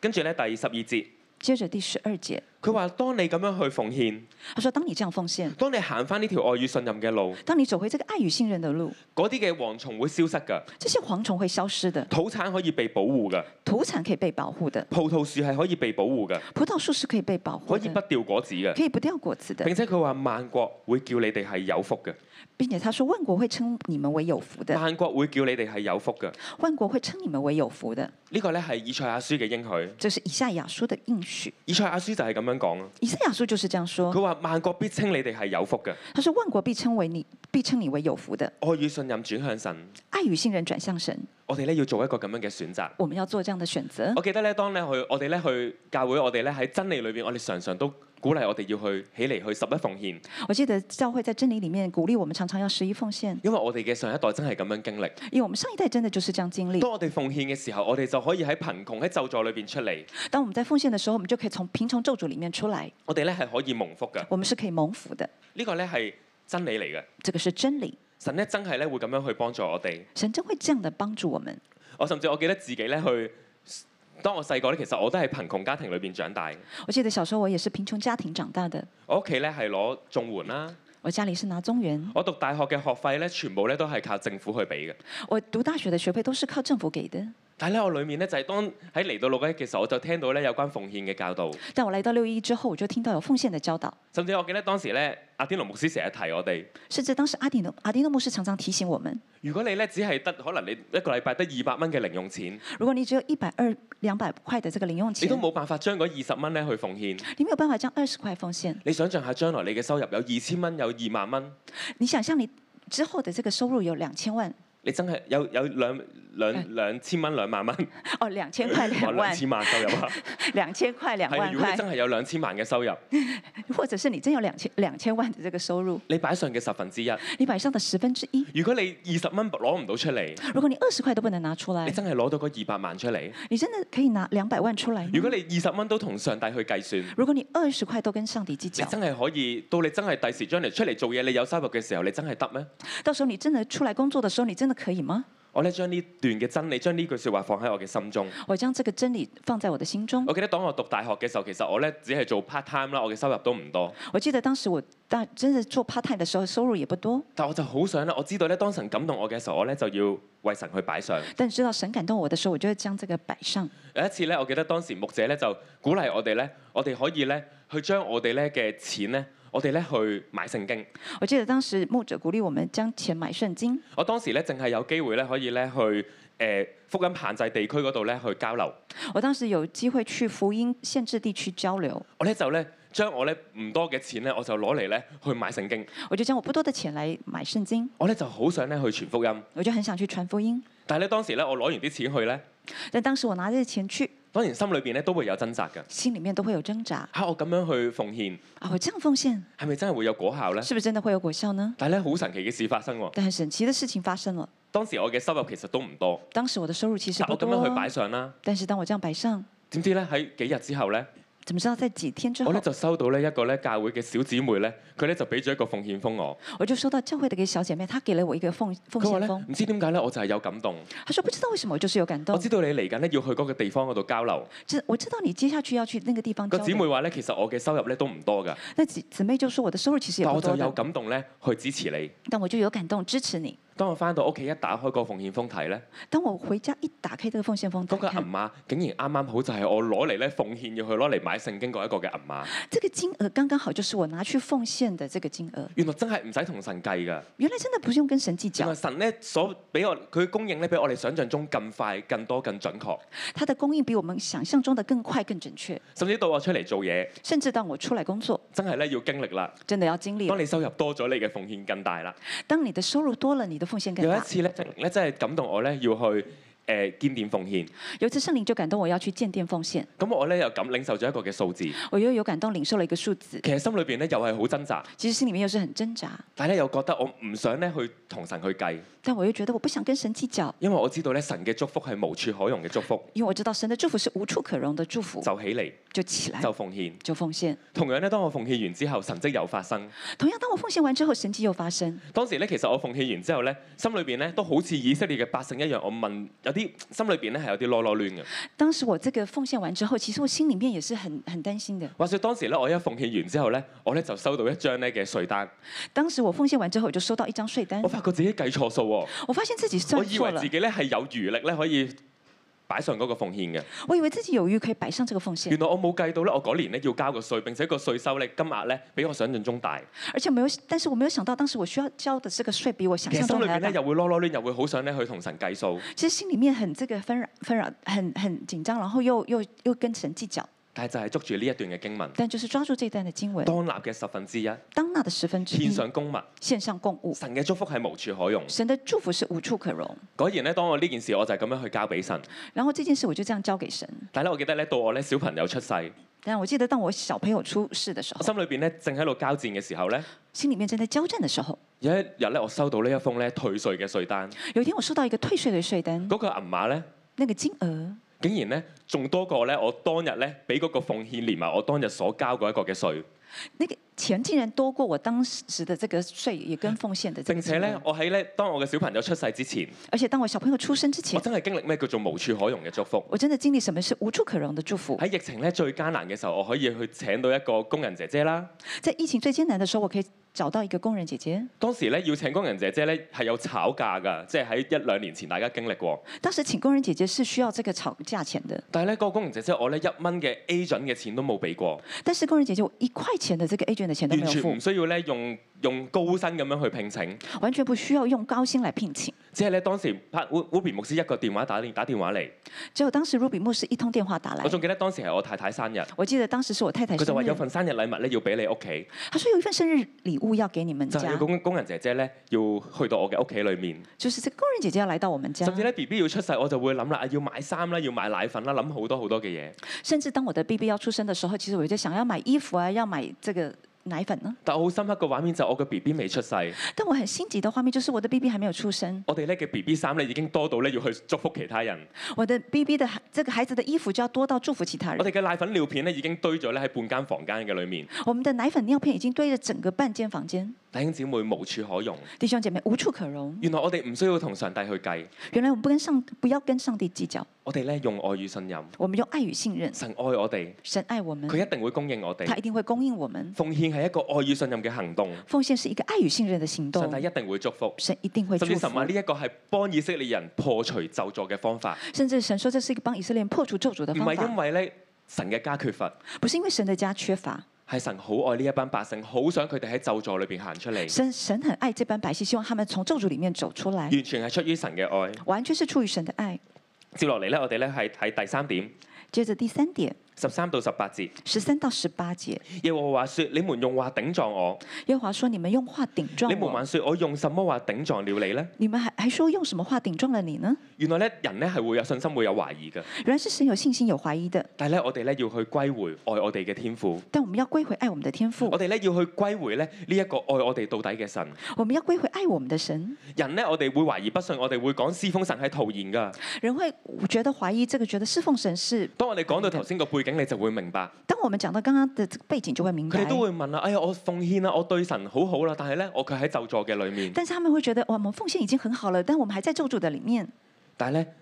Speaker 2: 跟住咧第十二節。
Speaker 3: 接着第十二节，
Speaker 2: 佢佢話：當你咁樣去奉獻，
Speaker 3: 他说，当你這樣奉獻，
Speaker 2: 當你行翻呢條愛與信任嘅路，
Speaker 3: 當你走回這個愛與信任的路，
Speaker 2: 嗰啲嘅蝗蟲會消失㗎，
Speaker 3: 這些蝗蟲會消失的，
Speaker 2: 土產可以被保護㗎，
Speaker 3: 土產可以被保護的，
Speaker 2: 葡萄樹係可以被保護㗎，
Speaker 3: 葡萄樹是可以被保
Speaker 2: 可
Speaker 3: 護
Speaker 2: 以不
Speaker 3: 的，
Speaker 2: 掉果子嘅。
Speaker 3: 可以不掉果子的，
Speaker 2: 並且佢話萬國會叫你哋係有福嘅，
Speaker 3: 並且他說萬國會稱你們為有福的，
Speaker 2: 萬國會叫你哋係有福嘅。
Speaker 3: 萬國會稱你們為有福的，
Speaker 2: 呢個咧係以賽亞書嘅應許。
Speaker 3: 這是以賽亞書的應許。
Speaker 2: 以賽亞書就係咁樣講，
Speaker 3: 以賽亞書就是這樣說，
Speaker 2: 佢話萬國必稱你哋係有福嘅，
Speaker 3: 他說萬國必稱為你，必稱你為有福的，
Speaker 2: 愛與信任轉向神。
Speaker 3: 愛與信任轉向神，
Speaker 2: 我哋咧要做一個咁樣嘅選擇。
Speaker 3: 我們要做這樣的選擇。
Speaker 2: 我記得咧，當咧去我哋咧去教會，我哋咧喺真理裏邊，我哋常常都鼓勵我哋要去起嚟去十一奉獻，
Speaker 3: 我記得教會在真理裡面鼓勵我們常常要十一奉獻，
Speaker 2: 因為我哋嘅上一代真係咁樣經歷。
Speaker 3: 因為我們上一代真的就是這樣經歷。
Speaker 2: 當我哋奉獻嘅時候，我哋就可以喺貧窮喺咒詛裏邊出嚟，
Speaker 3: 當我們在奉獻的時候，我們就可以從貧窮咒詛裡面出來，
Speaker 2: 我哋咧係可以蒙福嘅。
Speaker 3: 我們是可以蒙福的。
Speaker 2: 呢個咧係真理嚟嘅。
Speaker 3: 這個是真理，
Speaker 2: 神咧真係咧會咁樣去幫助我哋。
Speaker 3: 神真會這樣的幫助我們。
Speaker 2: 我甚至我記得自己咧去，當我細個咧，其實我都喺貧窮家庭裏邊長大。
Speaker 3: 我記得小時候我也是貧窮家庭長大的，
Speaker 2: 我屋企咧係攞綜援啦，
Speaker 3: 我家裡是拿中原，
Speaker 2: 我讀大學嘅學費咧全部咧都係靠政府去俾嘅。
Speaker 3: 我讀大學的學費都是靠政府給的。
Speaker 2: 但係咧，我裡面咧就係、當喺嚟到六一嘅時候，我就聽到咧有關奉獻嘅教導。
Speaker 3: 但我來到六一之後，我就聽到有奉獻的教導，
Speaker 2: 甚至我記得當時咧，阿天龍牧師成日提我哋，
Speaker 3: 甚至當時阿迪諾阿迪諾牧師常常提醒我們：
Speaker 2: 如果你咧只係得可能你一個禮拜得二百蚊嘅零用錢，
Speaker 3: 如果你只有一百二兩百塊的這個零用
Speaker 2: 你
Speaker 3: 錢
Speaker 2: 都，冇辦法將嗰二十蚊咧去奉獻。
Speaker 3: 你沒有辦法將二十塊奉獻。
Speaker 2: 你想象下將來你嘅收入有二千蚊，有二萬蚊，
Speaker 3: 你想象你之後的這個收入有兩千萬
Speaker 2: 你真係有有兩兩兩千蚊兩萬蚊，
Speaker 3: 哦，兩 千塊
Speaker 2: 哇
Speaker 3: 兩
Speaker 2: 兩
Speaker 3: 萬，
Speaker 2: 千萬收入啊！
Speaker 3: 兩千塊兩
Speaker 2: 係啊，
Speaker 3: 萬
Speaker 2: 如果你真
Speaker 3: 塊，
Speaker 2: 係有兩千萬嘅收入，
Speaker 3: 或者是你真有兩千兩千萬的這個收入，
Speaker 2: 你擺上嘅十分之一，
Speaker 3: 你擺上的十分之一。
Speaker 2: 如果你二十蚊攞唔到出嚟，
Speaker 3: 如果你二十塊都不能拿出
Speaker 2: 你
Speaker 3: 來，
Speaker 2: 真係攞到嗰二百萬出嚟。
Speaker 3: 你真的可以拿兩百萬出來嗎。
Speaker 2: 如果你二十蚊都同上帝去計算，你
Speaker 3: 如果你二十塊都跟上帝計較，
Speaker 2: 真係可以到你真係第時將嚟出嚟做嘢，你有收入嘅時候，你真係得咩？
Speaker 3: 到時候你真的出來工作的時候，你真的可以嗎？
Speaker 2: 我咧將呢段嘅真理，將呢句説話放喺我嘅心中。
Speaker 3: 我將這個真理放在我的心中。
Speaker 2: 我記得當我讀大學嘅時候，其實我咧只係做 part time 啦，我嘅收入都唔多。
Speaker 3: 我記得當時我大真的做 part time 的時候，收入也不多，
Speaker 2: 但我就好想咧，我知道咧，當神感動我嘅時候，我咧就要為神去擺上。
Speaker 3: 但知道神感動我的時候，我就會將這個擺上。
Speaker 2: 有一次咧，我記得當時牧者咧就鼓勵我哋咧，我哋可以咧去將我哋咧嘅錢咧，我哋咧去買聖經。
Speaker 3: 我記得當時牧者鼓勵我們將錢買聖經，
Speaker 2: 我當時咧淨係有機會咧可以咧去誒、呃福音限制地區嗰度咧去交流。
Speaker 3: 我當時有機會去福音限制地區交流，
Speaker 2: 我咧就咧將我咧唔多嘅錢咧，我就攞嚟咧去買聖經。
Speaker 3: 我就將我不多的錢來買聖經，
Speaker 2: 我咧就好想咧去傳福音，
Speaker 3: 我就很想去傳福音。
Speaker 2: 但係咧當時咧我攞完啲錢去咧，
Speaker 3: 但當時我拿着錢去，
Speaker 2: 當然心裏邊咧都會有掙扎㗎。
Speaker 3: 心裡面都會有掙扎
Speaker 2: 嚇、我咁樣去奉獻，
Speaker 3: 啊！我這樣奉獻
Speaker 2: 係咪真係會有果效咧？
Speaker 3: 是不是真的會有果效呢？
Speaker 2: 但係咧好神奇嘅事發生喎。
Speaker 3: 但很神奇的事情發生了，
Speaker 2: 當時我嘅收入其實都唔多，
Speaker 3: 當時我的收入其實
Speaker 2: 但
Speaker 3: 不
Speaker 2: 我咁
Speaker 3: 多，哦啊
Speaker 2: 樣去擺上啦。
Speaker 3: 但是當我這樣擺上，
Speaker 2: 點知咧喺幾日之後 咧，
Speaker 3: 怎麼知道在幾天之
Speaker 2: 我
Speaker 3: 後
Speaker 2: 咧，就收到咧一個咧教會嘅小姊妹咧，佢咧就俾咗一個奉獻封我。
Speaker 3: 我就收到教會的一個小姐妹，她給了我一個奉奉
Speaker 2: 佢話
Speaker 3: 獻
Speaker 2: 咧
Speaker 3: 封，
Speaker 2: 唔知點解咧，我就係有感動。
Speaker 3: 她說不知道為什麼我就是有感
Speaker 2: 我
Speaker 3: 動
Speaker 2: 知，道你嚟緊咧要去嗰個地方嗰度交流。
Speaker 3: 知我知道你接下去要去那個地方
Speaker 2: 個
Speaker 3: 交
Speaker 2: 姊
Speaker 3: 流。
Speaker 2: 妹話咧，其實我嘅收入咧都唔多㗎，
Speaker 3: 那姊姊妹就說我的收入其實也
Speaker 2: 但
Speaker 3: 不
Speaker 2: 我就
Speaker 3: 多
Speaker 2: 有
Speaker 3: 的，
Speaker 2: 感動咧去支持你。
Speaker 3: 但我就有感動支持你。
Speaker 2: 當我翻到屋企一打開個奉獻封睇咧，
Speaker 3: 當我回家一打開這個奉獻封，
Speaker 2: 嗰、
Speaker 3: 打
Speaker 2: 個
Speaker 3: 開
Speaker 2: 銀碼竟然啱啱好就係我攞嚟咧奉獻要去攞嚟買聖經嗰一個嘅銀碼。
Speaker 3: 這個金額剛剛好就是我拿去奉獻的這個金額。
Speaker 2: 原來真係唔使同神計㗎。
Speaker 3: 原來真的不用跟神計
Speaker 2: 原
Speaker 3: 較
Speaker 2: 來，神咧所俾我佢供應咧，比我哋想象中更快、更多、更準確。
Speaker 3: 他的供應比我們想象中的更快、更準確。
Speaker 2: 甚至到我出嚟做嘢，
Speaker 3: 甚至當我出來工作，
Speaker 2: 真係咧要經歷啦。
Speaker 3: 真的要經歷
Speaker 2: 當
Speaker 3: 了。
Speaker 2: 你收入多咗，你嘅奉獻更大啦。
Speaker 3: 當你的收入多了，你的奉獻更
Speaker 2: 有一
Speaker 3: 大。
Speaker 2: 次咧，聖靈咧真係感動我咧，要去誒、呃、建殿奉獻。
Speaker 3: 有一次聖靈就感動我要去建殿奉獻，
Speaker 2: 咁我咧又咁領受咗一個嘅數字，
Speaker 3: 我又有感動領受了一個數字，
Speaker 2: 其實心裏邊咧又係好掙扎，
Speaker 3: 其實心裡面又是很掙扎，
Speaker 2: 但係咧又覺得我唔想咧去同神去計，
Speaker 3: 但我又覺得我不想跟神計較，
Speaker 2: 因為我知道咧神嘅祝福係無處可容嘅祝福，
Speaker 3: 因為我知道神的祝福是無處可容的祝福，
Speaker 2: 就起嚟
Speaker 3: 就起來
Speaker 2: 就奉獻。
Speaker 3: 就奉獻。
Speaker 2: 同樣咧，當我奉獻完之後，神蹟又發生。
Speaker 3: 同樣，當我奉獻完之後，神蹟又發生。
Speaker 2: 當時咧，其實我奉獻完之後咧，心裏邊咧都好似以色列嘅百姓一樣，我問有啲心裏邊咧係有啲囉囉攣嘅。
Speaker 3: 当时我这个奉献完之后，其实我心里面也是很很担心的。
Speaker 2: 話説當時咧，我一奉獻完之後咧，我咧就收到一張咧嘅税單，
Speaker 3: 当時我奉獻完之後，我就收到一張税單
Speaker 2: 我，發覺自己計錯數喎，
Speaker 3: 我發現自己算
Speaker 2: 我以
Speaker 3: 錯
Speaker 2: 為
Speaker 3: 了
Speaker 2: 自，己咧係有餘力咧可以擺上嗰個奉獻嘅，
Speaker 3: 我以為自己有餘可以擺上這個奉獻
Speaker 2: 原，來我冇計到咧，我嗰年咧要交個税，並且個税收咧金額咧比我想象中大。
Speaker 3: 而且我沒有，但是我沒有想到當時我需要交的這個税比我想
Speaker 2: 其實
Speaker 3: 象
Speaker 2: 心
Speaker 3: 中
Speaker 2: 裏邊
Speaker 3: 還要
Speaker 2: 咧
Speaker 3: 大。
Speaker 2: 又會囉囉攣，又會好想咧去同神計數，
Speaker 3: 其實心裡面很這個紛擾、紛擾、很很緊張，然後又又又跟神計較，
Speaker 2: 但係就係捉住呢一段嘅經文，
Speaker 3: 但就是抓住這一段的經文，
Speaker 2: 當立嘅十分之一
Speaker 3: 當納的十分之一
Speaker 2: 獻上公物，
Speaker 3: 獻上供物，
Speaker 2: 神嘅祝福係無處可容。
Speaker 3: 神的祝福是無處可容。
Speaker 2: 果然咧，當我呢件事我就係咁樣去交俾神。
Speaker 3: 然後這件事我就這樣交給神。
Speaker 2: 但係咧，我記得咧，到我咧小朋友出世，
Speaker 3: 但我記得當我小朋友出世的時
Speaker 2: 我
Speaker 3: 候，
Speaker 2: 心裏邊咧正喺度交戰嘅時候咧，
Speaker 3: 心裡面正在交戰的時候，
Speaker 2: 有一日咧，我收到呢一封咧退税嘅税單，
Speaker 3: 有一天我收到一個退稅的稅單，
Speaker 2: 嗰、個銀碼咧，
Speaker 3: 那個金額。
Speaker 2: 竟然咧仲多過咧我當日咧俾嗰個奉獻連埋我當日所交嗰一個嘅税，
Speaker 3: 那個錢竟然多過我當時的這個税，也跟奉獻的這個
Speaker 2: 並且
Speaker 3: 金
Speaker 2: 咧
Speaker 3: 額。
Speaker 2: 我喺咧當我嘅小朋友出世之前，
Speaker 3: 而且當我小朋友出生之
Speaker 2: 我
Speaker 3: 前，
Speaker 2: 真係經歷咩叫做無處可容嘅祝福。
Speaker 3: 我真的經歷什麼是無處可容的祝福。
Speaker 2: 喺疫情咧最艱難嘅時候，我可以去請到一個工人姐姐啦。
Speaker 3: 在疫情最艱難的時候，我可以找到一個工人姐姐。
Speaker 2: 當時咧要請工人姐姐咧係有炒價㗎，即係喺一兩年前大家經歷過。
Speaker 3: 當時請工人姐姐是需要這個吵價錢的，
Speaker 2: 但係咧，嗰個工人姐姐我咧一蚊嘅 agent 嘅錢都冇俾過，
Speaker 3: 但是工人姐姐我一塊錢的這個 agent 的錢都
Speaker 2: 完
Speaker 3: 沒有
Speaker 2: 全
Speaker 3: 付
Speaker 2: 唔，需要咧用用高薪咁樣去聘請。
Speaker 3: 完全不需要用高薪來聘請。
Speaker 2: 即係咧當時拍 Ru- Ruby 牧師一個電話打電打電話嚟，
Speaker 3: 只有當時 Ruby 牧師一通電話打來
Speaker 2: 我，仲記得當時係我太太生日，
Speaker 3: 我記得當時是我太太
Speaker 2: 佢就
Speaker 3: 生
Speaker 2: 話
Speaker 3: 日
Speaker 2: 有，份生日禮物咧要俾你屋企，
Speaker 3: 她說有一份生日禮物要給你們
Speaker 2: 就係
Speaker 3: 家
Speaker 2: 要，工工人姐姐咧要去到我嘅屋企裏面，
Speaker 3: 就是這個工人姐姐要來到我們家
Speaker 2: 甚，至咧 B B 要出世我就會諗啦，啊要買衫啦，要買奶粉啦，諗好多好多嘅嘢。
Speaker 3: 甚至當我的 BB 要出生的時候，其實我就想要買衣服啊，要買這個奶粉呢、
Speaker 2: 但我好深刻個畫面就係我嘅 B B 未出世，
Speaker 3: 但我很心急的畫面就是我的 BB 還沒有出生，
Speaker 2: 我哋咧嘅 B B 衫咧已經多到咧要去祝福其他人，
Speaker 3: 我的 BB 的孩這個孩子的衣服就要多到祝福其他
Speaker 2: 我
Speaker 3: 人。
Speaker 2: 哋嘅奶粉尿片咧已經堆咗咧喺半間房間嘅裏面，
Speaker 3: 我們的奶粉尿片已經堆了整個半間房間，
Speaker 2: 弟兄姊妹無處可容。
Speaker 3: 弟兄姐妹無處可容。
Speaker 2: 原來我哋唔需要同上帝去計，
Speaker 3: 原來我們不跟上，不要跟上帝計較，
Speaker 2: 我哋咧用愛與信任，
Speaker 3: 我們用愛與信任，
Speaker 2: 神愛我哋，
Speaker 3: 神愛我們，
Speaker 2: 佢一定會供應我
Speaker 3: 他
Speaker 2: 哋。
Speaker 3: 一定會供應我們。
Speaker 2: 奉獻係一個愛與信任嘅行動，
Speaker 3: 奉獻是一個愛與信任的行
Speaker 2: 上
Speaker 3: 動，
Speaker 2: 帝一定會祝福。
Speaker 3: 神一定會
Speaker 2: 甚
Speaker 3: 祝
Speaker 2: 至神話呢
Speaker 3: 福。
Speaker 2: 一個係幫以色列人破除咒詛嘅方法，
Speaker 3: 甚至神說這是一個幫以色列人破除咒詛的
Speaker 2: 唔
Speaker 3: 方
Speaker 2: 係因
Speaker 3: 法，
Speaker 2: 為咧神嘅家缺乏，
Speaker 3: 不是因為神的家缺乏，
Speaker 2: 係神好愛呢一班百姓，好想佢哋喺咒詛裏邊行出嚟。
Speaker 3: 神神很愛這班百姓，希望他們從咒詛裡面走出來，
Speaker 2: 完全係出於神嘅愛。
Speaker 3: 完全是出於神的愛。
Speaker 2: 接落嚟咧，我哋咧係睇第三點，
Speaker 3: 接着第三點，
Speaker 2: 十三到十八節。
Speaker 3: 十三到十八節，
Speaker 2: 耶和華說：你們用話頂撞我，
Speaker 3: 耶和華說：“你們用話頂撞
Speaker 2: 你們
Speaker 3: 我，
Speaker 2: 還說我用什麼話頂撞了你呢？
Speaker 3: 你們還還說用什麼話頂撞了你呢？”
Speaker 2: 原來咧人咧係會有信心，會有懷疑嘅。
Speaker 3: 原來是神有信心、有懷疑的，
Speaker 2: 但係咧，我哋咧要去歸回愛我哋嘅天父，
Speaker 3: 但我們要歸回愛我們的天賦
Speaker 2: 我，哋咧要去歸回咧呢一個愛我哋到底嘅神。
Speaker 3: 我們要歸回愛我們的神。
Speaker 2: 人咧，我哋會懷疑不信，我哋會講施風神係徒然㗎。
Speaker 3: 人會覺得懷疑這個，覺得侍奉神是。
Speaker 2: 當我哋講到頭先個背景，你就會明白。
Speaker 3: 當我們講到剛剛的這個背景，就會明
Speaker 2: 佢
Speaker 3: 白
Speaker 2: 哋。都會問啦：哎呀，我奉獻啦，我對神好好啦，但係咧，我卻喺咒詛嘅裏面。
Speaker 3: 但是他們會覺得，哇，我們奉獻已經很好了，但我們還在咒詛的裡面。
Speaker 2: 但係咧，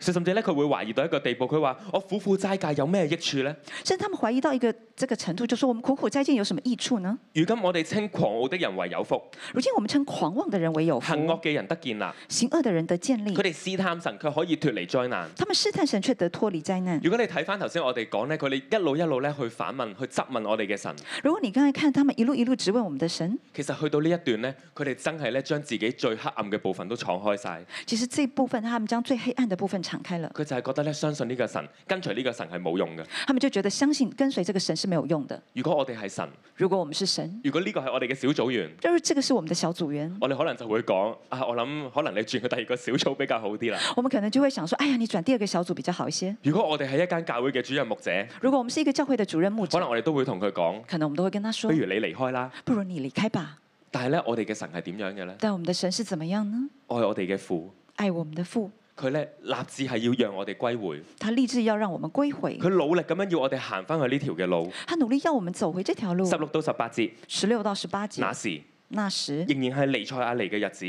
Speaker 2: 甚至咧佢會懷疑到一個地步，佢話：我苦苦齋戒有咩益處呢？
Speaker 3: 甚至他們懷疑到一個這個程度，就說我們苦苦齋戒有什麼益處呢？
Speaker 2: 如今我哋稱狂傲的人為有福，
Speaker 3: 如今我們稱狂妄的人為有福，
Speaker 2: 行惡嘅人得建立。
Speaker 3: 行惡的人得建立
Speaker 2: 佢，哋試探神，卻可以脱離災難。
Speaker 3: 他們試探神卻得脫離災難。
Speaker 2: 如果你睇翻頭先我哋講咧，佢哋一路一路咧去反問、去質問我哋嘅神。
Speaker 3: 如果你剛才看他們一路一路質問我們的神，
Speaker 2: 其實去到呢一段咧，佢哋真係咧將自己最黑暗嘅部分都敞開晒。
Speaker 3: 其實這一部分他們將最黑暗的部分敞開了，
Speaker 2: 佢就係覺得咧，相信呢個神，跟隨呢個神係冇用嘅。
Speaker 3: 他們就覺得相信跟隨這個神是沒有用的。
Speaker 2: 如果我哋係神，
Speaker 3: 如果我們是神，
Speaker 2: 如果呢個係我哋嘅小組員，
Speaker 3: 就是這個是我們的小組員，
Speaker 2: 我哋可能就會講啊，我諗可能你轉去第二個小組比較好啲啦。
Speaker 3: 我們可能就會想說，哎呀，你轉第二個小組比較好一些。
Speaker 2: 如果我哋係一間教會嘅主任牧者，
Speaker 3: 如果我們是一個教會的主任牧
Speaker 2: 可
Speaker 3: 者，
Speaker 2: 能我哋都會同佢講，
Speaker 3: 可能我們都會跟他
Speaker 2: 不
Speaker 3: 說，
Speaker 2: 如你離開啦。
Speaker 3: 不如你離開吧。
Speaker 2: 但係咧，我哋嘅神係點樣嘅咧？
Speaker 3: 但我們的神是怎麼樣呢？
Speaker 2: 愛我哋嘅父，
Speaker 3: 愛我們的父，
Speaker 2: 佢咧立志係要讓我哋歸回，
Speaker 3: 他立志要讓我們歸回，
Speaker 2: 佢努力咁樣要我哋行翻去呢條嘅路。
Speaker 3: 他努力要我們走回這條路嗯
Speaker 2: 十。六到十八節，
Speaker 3: 十六到十八
Speaker 2: 那
Speaker 3: 節，
Speaker 2: 時
Speaker 3: 那時
Speaker 2: 仍然係尼賽亞尼嘅日子，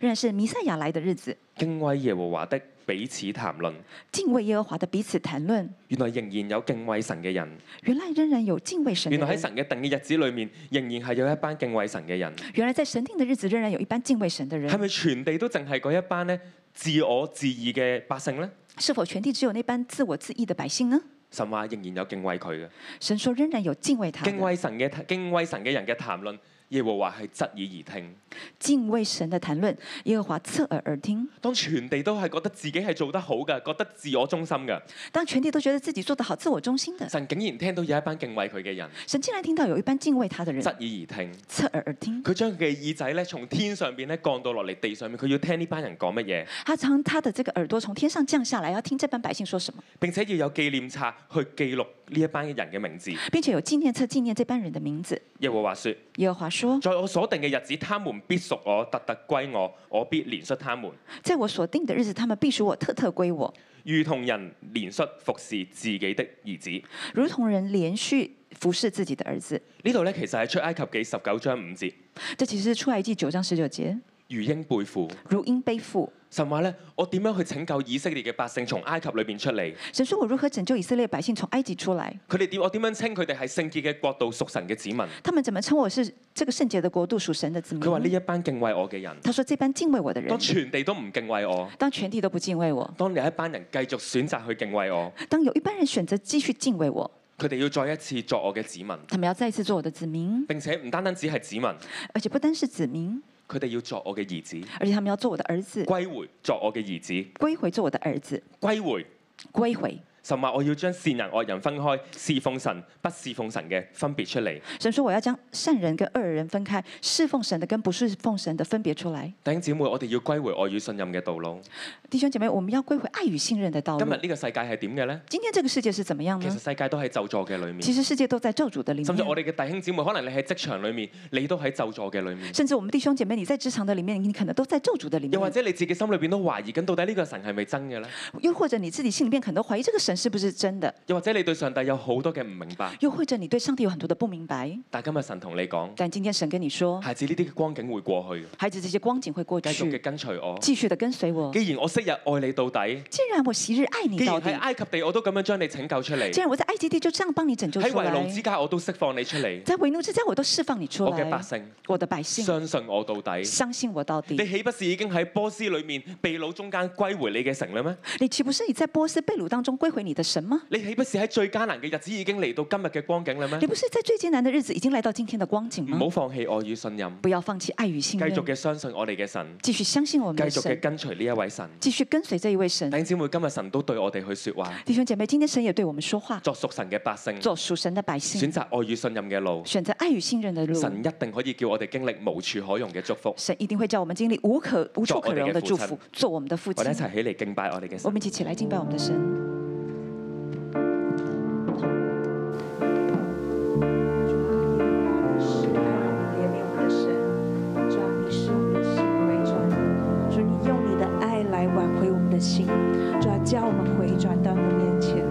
Speaker 3: 仍然是弥赛亚来的日子。
Speaker 2: 敬畏耶和華的彼此談論，
Speaker 3: 敬畏耶和華的彼此談論，
Speaker 2: 原來仍然有敬畏神嘅人，
Speaker 3: 原來仍然有敬畏神的
Speaker 2: 原來喺
Speaker 3: 人。
Speaker 2: 神嘅定嘅日子裏面，仍然係有一班敬畏神嘅人。
Speaker 3: 原來在神定的日子，仍然有一班敬畏神的
Speaker 2: 係
Speaker 3: 人。
Speaker 2: 咪全地都淨係嗰一班咧自我自義嘅百姓呢？
Speaker 3: 是否全地只有那班自我自義的百姓呢？
Speaker 2: 神話仍然有敬畏佢嘅，
Speaker 3: 神說仍然有敬畏他的
Speaker 2: 敬畏神嘅敬畏神嘅人嘅談論，耶和華係側耳而聽。
Speaker 3: 敬畏神的談論，耶和華側耳而聽。
Speaker 2: 當全地都係覺得自己係做得好嘅，覺得自我中心嘅，
Speaker 3: 当全地都觉得自己做得好、自我中心的，
Speaker 2: 神竟然聽到有一班敬畏佢嘅人
Speaker 3: 神竟然听到有一班敬畏他的人
Speaker 2: 側耳而聽。
Speaker 3: 側耳而聽。
Speaker 2: 佢將佢嘅耳仔咧從天上邊咧降到落嚟地上面，佢要聽呢班人講乜嘢，
Speaker 3: 他常他的这个耳朵從天上降下來，要聽這班百姓說什麼，
Speaker 2: 並且要有紀念冊去記錄呢一班人嘅名字。
Speaker 3: 並且有紀念冊紀念這班人的名字。
Speaker 2: 耶和華說：
Speaker 3: 耶和華說：
Speaker 2: 在我所定嘅日子，他們必屬我，特特歸我，我必憐恤他們，
Speaker 3: 在我所定的日子，他們必屬我，特特歸我，
Speaker 2: 如同人憐恤服侍自己的兒子。
Speaker 3: 如同人連續服侍自己的兒子。
Speaker 2: 呢度咧其實係出埃及記十九章五節，
Speaker 3: 這其實是出埃及九章十九節，
Speaker 2: 如鷹背負。
Speaker 3: 如鷹背負。
Speaker 2: 神話咧，我點樣去拯救以色列嘅百姓從埃及裏邊出嚟？
Speaker 3: 神說：我如何拯救以色列百姓從埃及出來？
Speaker 2: 佢哋點？我點樣稱佢哋係聖潔嘅國度屬神嘅子民？
Speaker 3: 他們怎麼稱我是這個聖潔的國度、屬神的子民
Speaker 2: 佢？話呢一班敬畏我嘅人，
Speaker 3: 他說：這班敬畏我的人
Speaker 2: 當，全地都唔敬畏我，
Speaker 3: 當全地都不敬畏我，
Speaker 2: 當有一班人繼續選擇去敬畏我，
Speaker 3: 當有一班人選擇繼續敬畏我，
Speaker 2: 佢哋要再一次作我嘅子民，
Speaker 3: 他們要再一次做我的子民，
Speaker 2: 並且唔單單只係子民，
Speaker 3: 而且不單是子民，
Speaker 2: 佢哋要作我嘅兒子，
Speaker 3: 而且他們要做我的兒子，
Speaker 2: 歸回作我嘅兒子，
Speaker 3: 歸回做我的兒子，
Speaker 2: 歸回。
Speaker 3: 歸回。
Speaker 2: 神話我要將善人惡人分開，侍奉神不侍奉神嘅分別出嚟。
Speaker 3: 神說：“我要將善人跟惡人分開，侍奉神的跟不侍奉神的分別出來。
Speaker 2: 弟兄姊妹，我哋要歸回愛與信任嘅道路。”
Speaker 3: 弟兄姐妹，我們要歸回愛與信任的道
Speaker 2: 今日
Speaker 3: 路。
Speaker 2: 呢個世界係點嘅呢？
Speaker 3: 今天這個世界是怎麼樣
Speaker 2: 其實
Speaker 3: 呢？
Speaker 2: 世界都喺咒詛嘅裏
Speaker 3: 其
Speaker 2: 面，
Speaker 3: 實世界都在咒詛的裡
Speaker 2: 甚至我
Speaker 3: 面，
Speaker 2: 哋嘅弟兄姊妹，可能你喺職場裏面，你都喺咒詛嘅裏面，
Speaker 3: 甚至我們弟兄姐妹，你在職場的裡面，你可能都在咒詛的裡
Speaker 2: 又或
Speaker 3: 面，
Speaker 2: 者你自己心裏邊都懷疑緊，到底呢個神係咪真嘅呢？
Speaker 3: 又或者你自己心裡面可能都懷疑這個神是不是真的，
Speaker 2: 又或者你對上帝有好多嘅唔明白，
Speaker 3: 又或者你對上帝有很多的不明白。
Speaker 2: 但今日神同你講，
Speaker 3: 但今天神跟你說，
Speaker 2: 孩子呢啲嘅光景會過去，
Speaker 3: 孩子，這些光景會過
Speaker 2: 繼續
Speaker 3: 去
Speaker 2: 嘅，跟隨我。
Speaker 3: 繼續的跟隨我。
Speaker 2: 既然我昔日愛你到底，
Speaker 3: 既然我昔日愛
Speaker 2: 既
Speaker 3: 你
Speaker 2: 然
Speaker 3: 到
Speaker 2: 喺
Speaker 3: 底，
Speaker 2: 埃及地我都咁樣將你拯救出
Speaker 3: 既
Speaker 2: 嚟，
Speaker 3: 然我在埃及地就這樣幫你拯救
Speaker 2: 喺
Speaker 3: 出
Speaker 2: 圍
Speaker 3: 來，
Speaker 2: 路之家我都釋放你出嚟，
Speaker 3: 在為奴之家我都釋放你出
Speaker 2: 我
Speaker 3: 來
Speaker 2: 嘅。百姓
Speaker 3: 我的百姓，
Speaker 2: 相信我到底。
Speaker 3: 相信我到
Speaker 2: 你
Speaker 3: 底。
Speaker 2: 岂不是已經喺波斯裏面被擄中間歸回你嘅城啦咩？
Speaker 3: 你岂不是你在波斯被掳当中歸回你的神嗎？
Speaker 2: 你岂不是喺最艱難嘅日子已經嚟到今日嘅光景啦咩
Speaker 3: 你？不是在最艱難的日子已經來到今天的光景
Speaker 2: 唔
Speaker 3: 嗎？
Speaker 2: 好放棄愛與信任，
Speaker 3: 不要放棄愛與信
Speaker 2: 繼續嘅
Speaker 3: 任，
Speaker 2: 相信我哋嘅神，
Speaker 3: 繼續相信我們
Speaker 2: 繼
Speaker 3: 的
Speaker 2: 續嘅
Speaker 3: 神，
Speaker 2: 跟隨呢一位神。
Speaker 3: 繼續跟隨這一位神
Speaker 2: 弟。兄姊妹，今日神都對我哋去說話，
Speaker 3: 弟兄姐妹，今天神也對我們說話，
Speaker 2: 作屬神嘅百姓，
Speaker 3: 做屬神的百姓
Speaker 2: 選，擇愛與信任嘅路，
Speaker 3: 選擇愛與信任的路。
Speaker 2: 神一定可以叫我哋經歷無處可容嘅祝福。
Speaker 3: 神一定會叫我們經歷無可無處
Speaker 2: 做我
Speaker 3: 可
Speaker 2: 哋嘅
Speaker 3: 容的祝
Speaker 2: 父
Speaker 3: 福，做我們的父
Speaker 2: 我哋一
Speaker 3: 親。
Speaker 2: 齊起嚟敬拜我哋嘅
Speaker 3: 我
Speaker 2: 神。
Speaker 3: 們一起起來敬拜我們的神。
Speaker 4: 怜悯我的神，主啊，你使我们的心回转，主你用你的爱来挽回我们的心，主啊，叫我们回转到你的面前。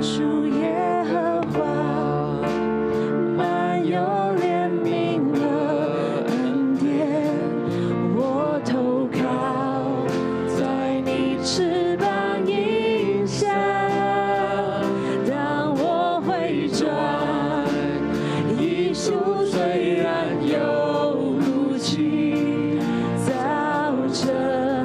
Speaker 4: 主耶和华，满有怜悯和恩典，我投靠在你翅膀荫下。当我回转，一宿虽然有哭泣，早晨。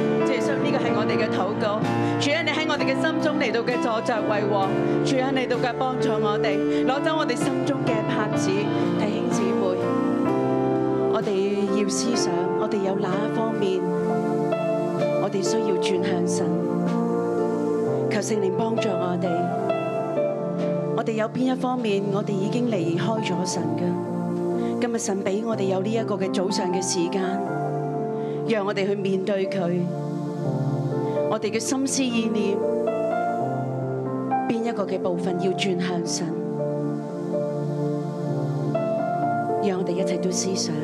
Speaker 5: 告。主啊，你喺我哋嘅心中嚟到嘅助着為王，主啊，你到嘅幫助我哋，攞走我哋心中嘅拍子，弟兄姊妹，我哋要思想，我哋有哪一方面，我哋需要轉向神，求聖靈幫助我哋。我哋有邊一方面，我哋已經離開咗神嘅。今日神俾我哋有呢一個嘅早上嘅時間。让我哋去面对佢，我哋嘅心思意念边一个嘅部分要转向神，让我哋一齐都思想。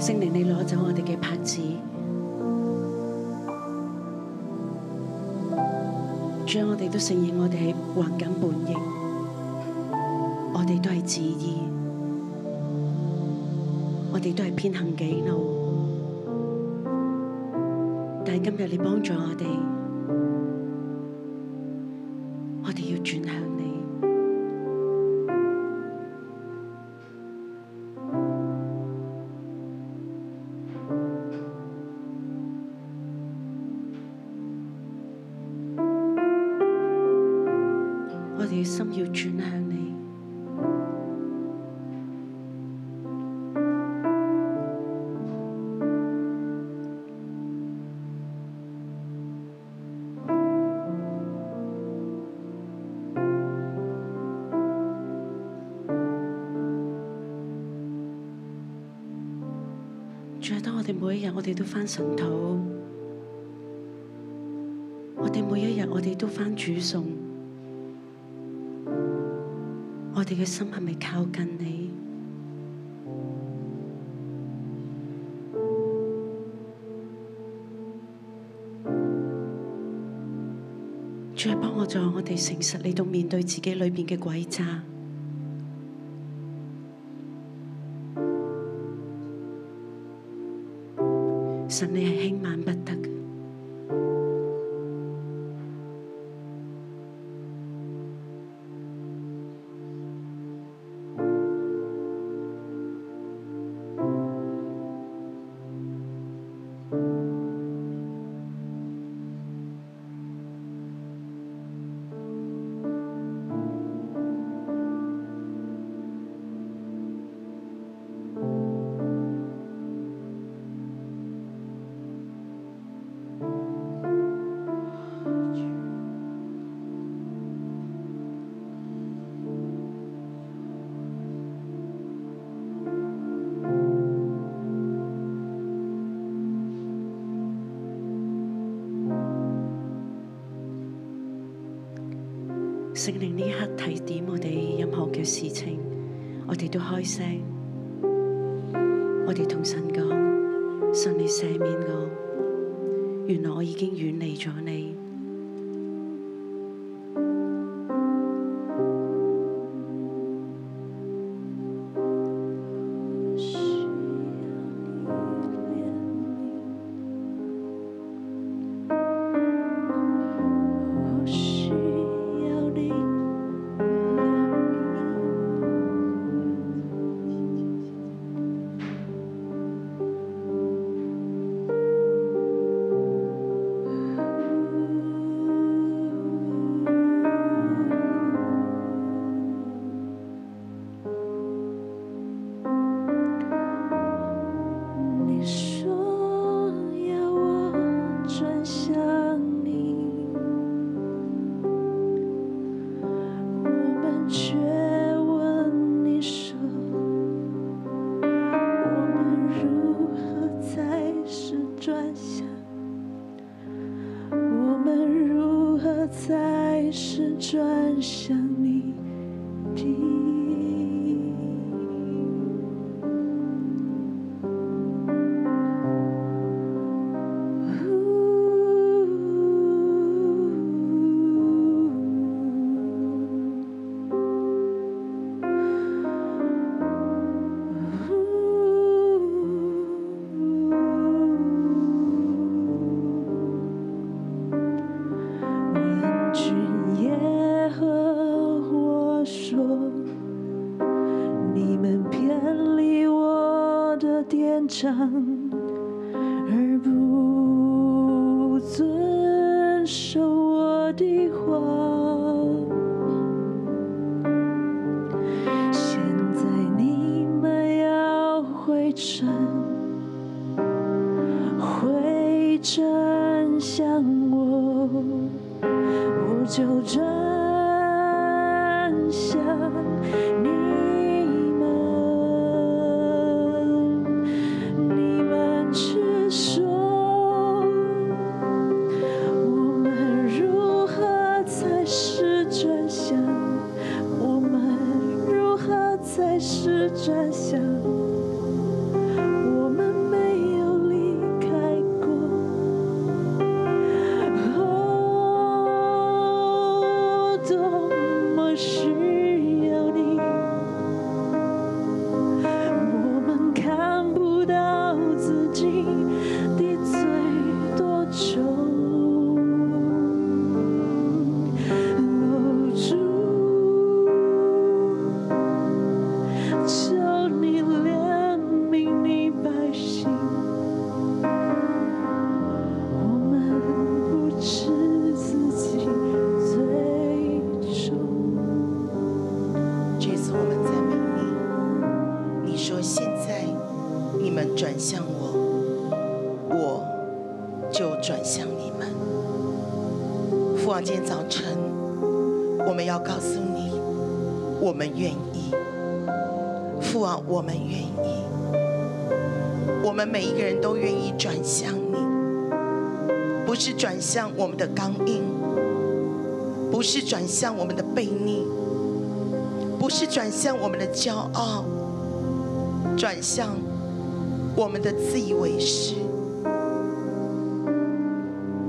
Speaker 5: 圣灵，你攞走我哋嘅拍子，将我哋都承认我哋系患紧叛逆，我哋都系自意。我哋都係偏行己路。但係今日你幫助我哋，我哋要轉向你。我哋嘅心要轉向你。仲有啊當我哋每一日，我哋都翻神土，我哋每一日，我哋都翻主餸，我哋嘅心係咪靠近你？主啊，幫我助我哋誠實嚟到面對自己裏面嘅詭詐。神你係輕慢不得嘅。聖靈呢一刻提點我哋任何嘅事情，我哋都開聲，我哋同神講：神你赦免我，原來我已經遠離咗你。
Speaker 4: 你说要我转向你，我们却问你说，我们如何才是转向？我们如何才是转向你的？万军耶和典章，而不遵守我的话。现在你们要回转，回转向我，我就转向你们。你们却说，我们如何才是转向？我们如何才是转向？我们没有离开过。哦，多么需要你！我们看不到自己的罪多重。哦，主，求你怜悯你百姓，我们不知自己最终。
Speaker 6: 这次我们赞美你。你说现在你们转向我，我就转向你们。父王，今天早晨我们要告诉你，我们愿意。父王，我们愿意。我们每一个人都愿意转向你，不是转向我们的刚硬，不是转向我们的悖逆。不是转向我们的骄傲，转向我们的自以为是。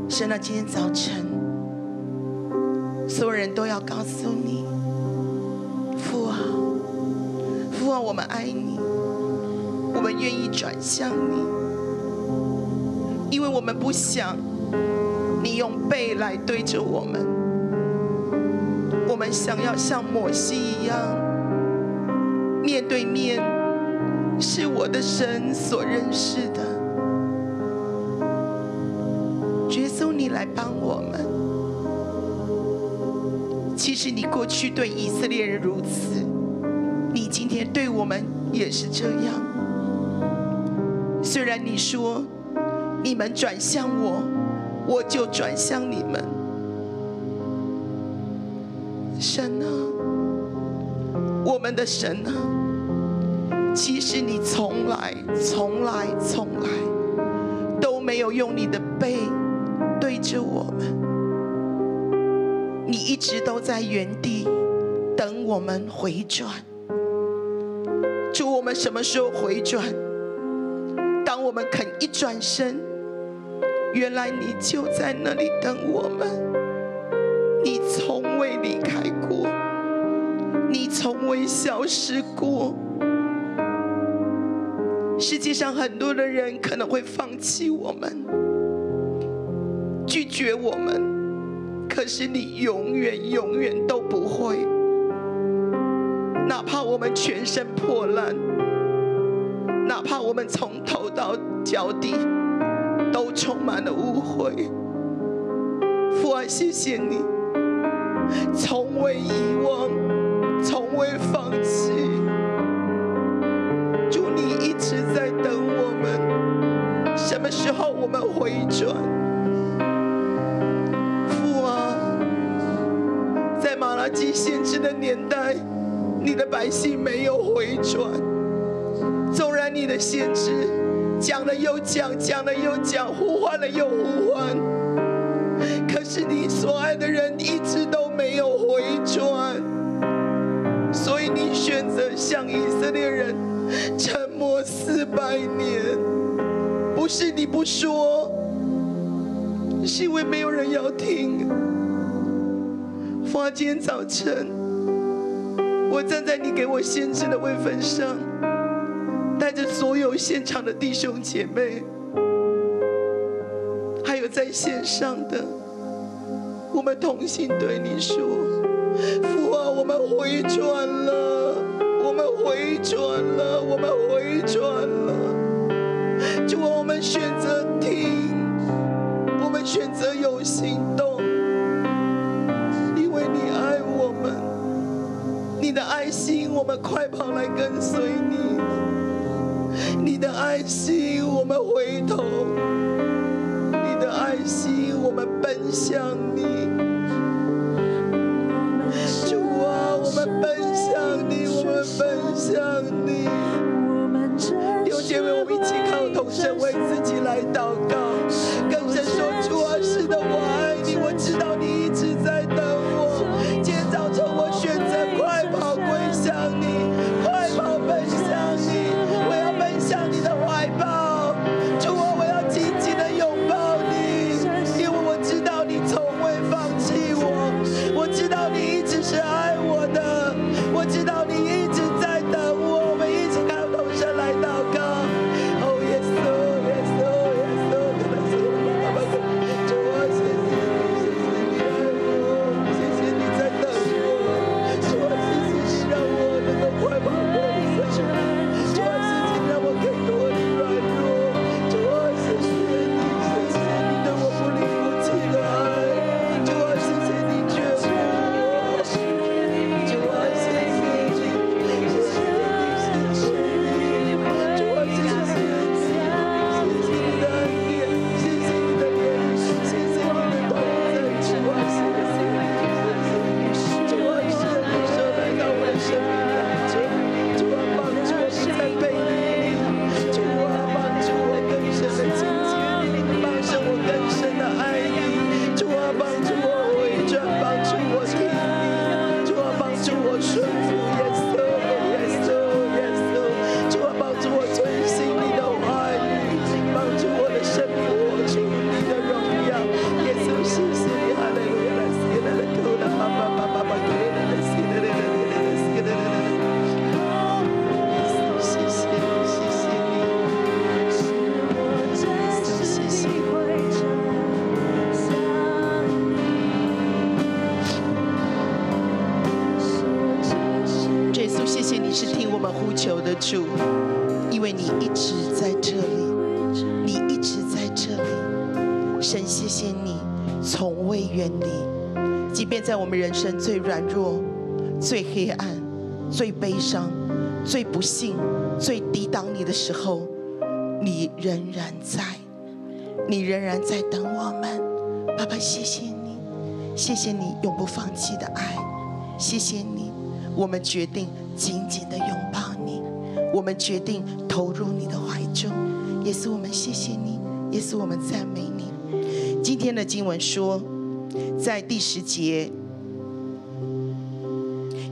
Speaker 6: 神啊，今天早晨，所有人都要告诉你，父啊，父啊，我们爱你，我们愿意转向你，因为我们不想你用背来对着我们。我们想要像摩西一样，面对面，是我的神所认识的。主耶稣，你来帮我们。其实你过去对以色列人如此，你今天对我们也是这样。虽然你说你们转向我，我就转向你们。神啊，我们的神啊，其实你从来、从来、从来都没有用你的背对着我们，你一直都在原地等我们回转。主，我们什么时候回转？当我们肯一转身，原来你就在那里等我们。你从未离开过，你从未消失过。世界上很多的人可能会放弃我们，拒绝我们，可是你永远永远都不会。哪怕我们全身破烂，哪怕我们从头到脚底都充满了污秽，父啊，谢谢你。从未遗忘，从未放弃。主，你一直在等我们，什么时候我们回转？父啊，在马拉基先知的年代，你的百姓没有回转。纵然你的先知讲了又讲，讲了又讲，呼唤了又呼唤。可是你所爱的人一直都没有回转，所以你选择向以色列人沉默四百年。不是你不说，是因为没有人要听。父啊，今天早晨，我站在你给我先知的位份上，带着所有现场的弟兄姐妹。还有在线上的，我们同心对你说：父啊，我们回转了，我们回转了，我们回转了。啊们快跑来跟随你。你的爱吸引我们回头，你的爱吸引我们奔向你。主啊，我们奔向你，我们奔向你。弟兄姐妹，我们一起靠同神为自己来祷告，跟神说：主啊，是的，我爱你，我知道你一直在等我。今天早晨我选择快跑归向你，快跑奔向你，我要奔向你的怀抱。主啊，我要紧紧的拥抱你，因为我知道你从未放弃我，我知道你一直是爱我的，我知道你一直在等我。我们一起靠同声来祷告。哦，耶稣，耶稣，耶稣，感谢你，爸爸，主啊，谢谢你，谢谢你爱我，谢谢你在等我，主啊，谢谢你让我能够快跑过生主啊，谢谢你让我更多的软弱，主啊，谢谢你，谢谢你对我不离不弃的爱，主啊，谢谢你眷顾我，主啊，谢谢你，谢谢你，谢谢你，主啊，谢谢你，谢谢你的恩典，谢谢你的怜悯，谢谢你的同在，主啊，谢谢你，谢谢你，主啊，是的，你说来到我的生命当中。主啊，帮助我不再被你迷，主啊，帮助我更深的亲近你，帮助我更深的爱你，主啊，帮助我回转，帮助我听你，主啊，帮助我顺服耶稣，耶稣，耶稣，主啊，帮助我遵行你的话语，帮助我的生命活出你的荣耀，耶稣，谢谢你，哈利路亚，来谢谢你，主啊，爸爸，爸爸，爸爸，来谢谢你，谢谢你。谢谢你，谢谢你，谢谢你。
Speaker 7: 主耶稣，谢谢你是听我们呼求的主，因为你一直在这里，你一直在这里。神，谢谢你从未远离，即便在我们人生最软弱、最黑暗、最悲伤、最不幸、最抵挡你的时候，你仍然在，你仍然在等我们。爸爸，谢谢你，谢谢你永不放弃的爱。谢谢你，我们决定紧紧的拥抱你，我们决定投入你的怀中。也是我们谢谢你，也是我们赞美你。今天的经文说，在第十节，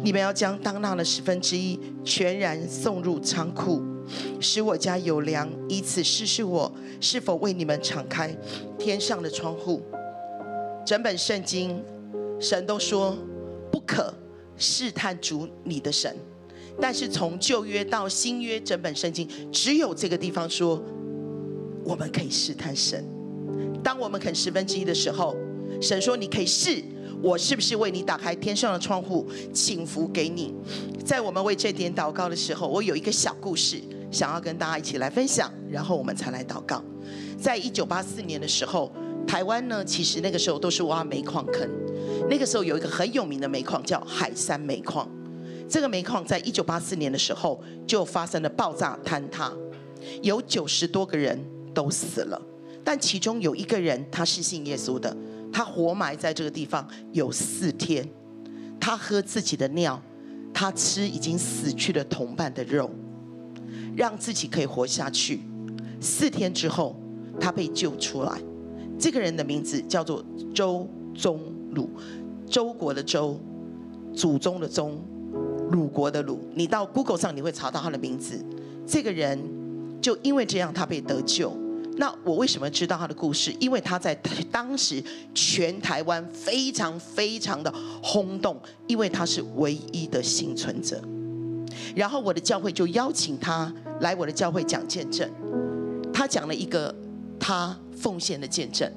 Speaker 7: 你们要将当纳的十分之一全然送入仓库，使我家有粮，以此试试我是否为你们敞开天上的窗户。整本圣经神都说不可试探主你的神。但是从旧约到新约，整本圣经只有这个地方说，我们可以试探神。当我们肯十分之一的时候，神说：“你可以试我是不是为你打开天上的窗户，请福给你。”在我们为这点祷告的时候，我有一个小故事想要跟大家一起来分享，然后我们才来祷告。在一九八四年的时候，台湾呢，其实那个时候都是挖煤矿坑。那个时候有一个很有名的煤矿叫海山煤矿，这个煤矿在一九八四年的时候就发生了爆炸坍塌，有九十多个人都死了，但其中有一个人他是信耶稣的，他活埋在这个地方有四天，他喝自己的尿，他吃已经死去的同伴的肉，让自己可以活下去。四天之后，他被救出来。这个人的名字叫做周宗鲁，周国的周，祖宗的宗，鲁国的鲁。你到 Google 上你会查到他的名字。这个人就因为这样，他被得救。那我为什么知道他的故事？因为他在当时全台湾非常非常的轰动，因为他是唯一的幸存者。然后我的教会就邀请他来我的教会讲见证。他讲了一个他奉献的见证。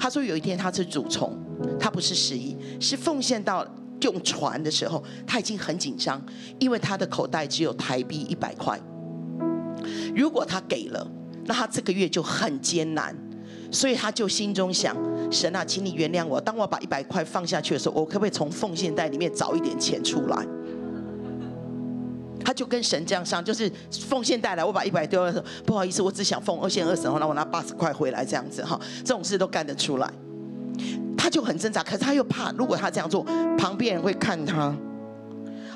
Speaker 7: 他说有一天他是主从，他不是十一，是奉献到用船的时候，他已经很紧张，因为他的口袋只有台币一百块。如果他给了，那他这个月就很艰难，所以他就心中想：神啊，请你原谅我，当我把一百块放下去的时候，我可不可以从奉献袋里面找一点钱出来？就跟神这样上，就是奉献带来，我把一百丢了，不好意思，我只想奉二献二十，然后我拿八十块回来这样子哈，这种事都干得出来。他就很挣扎，可是他又怕，如果他这样做，旁边人会看他，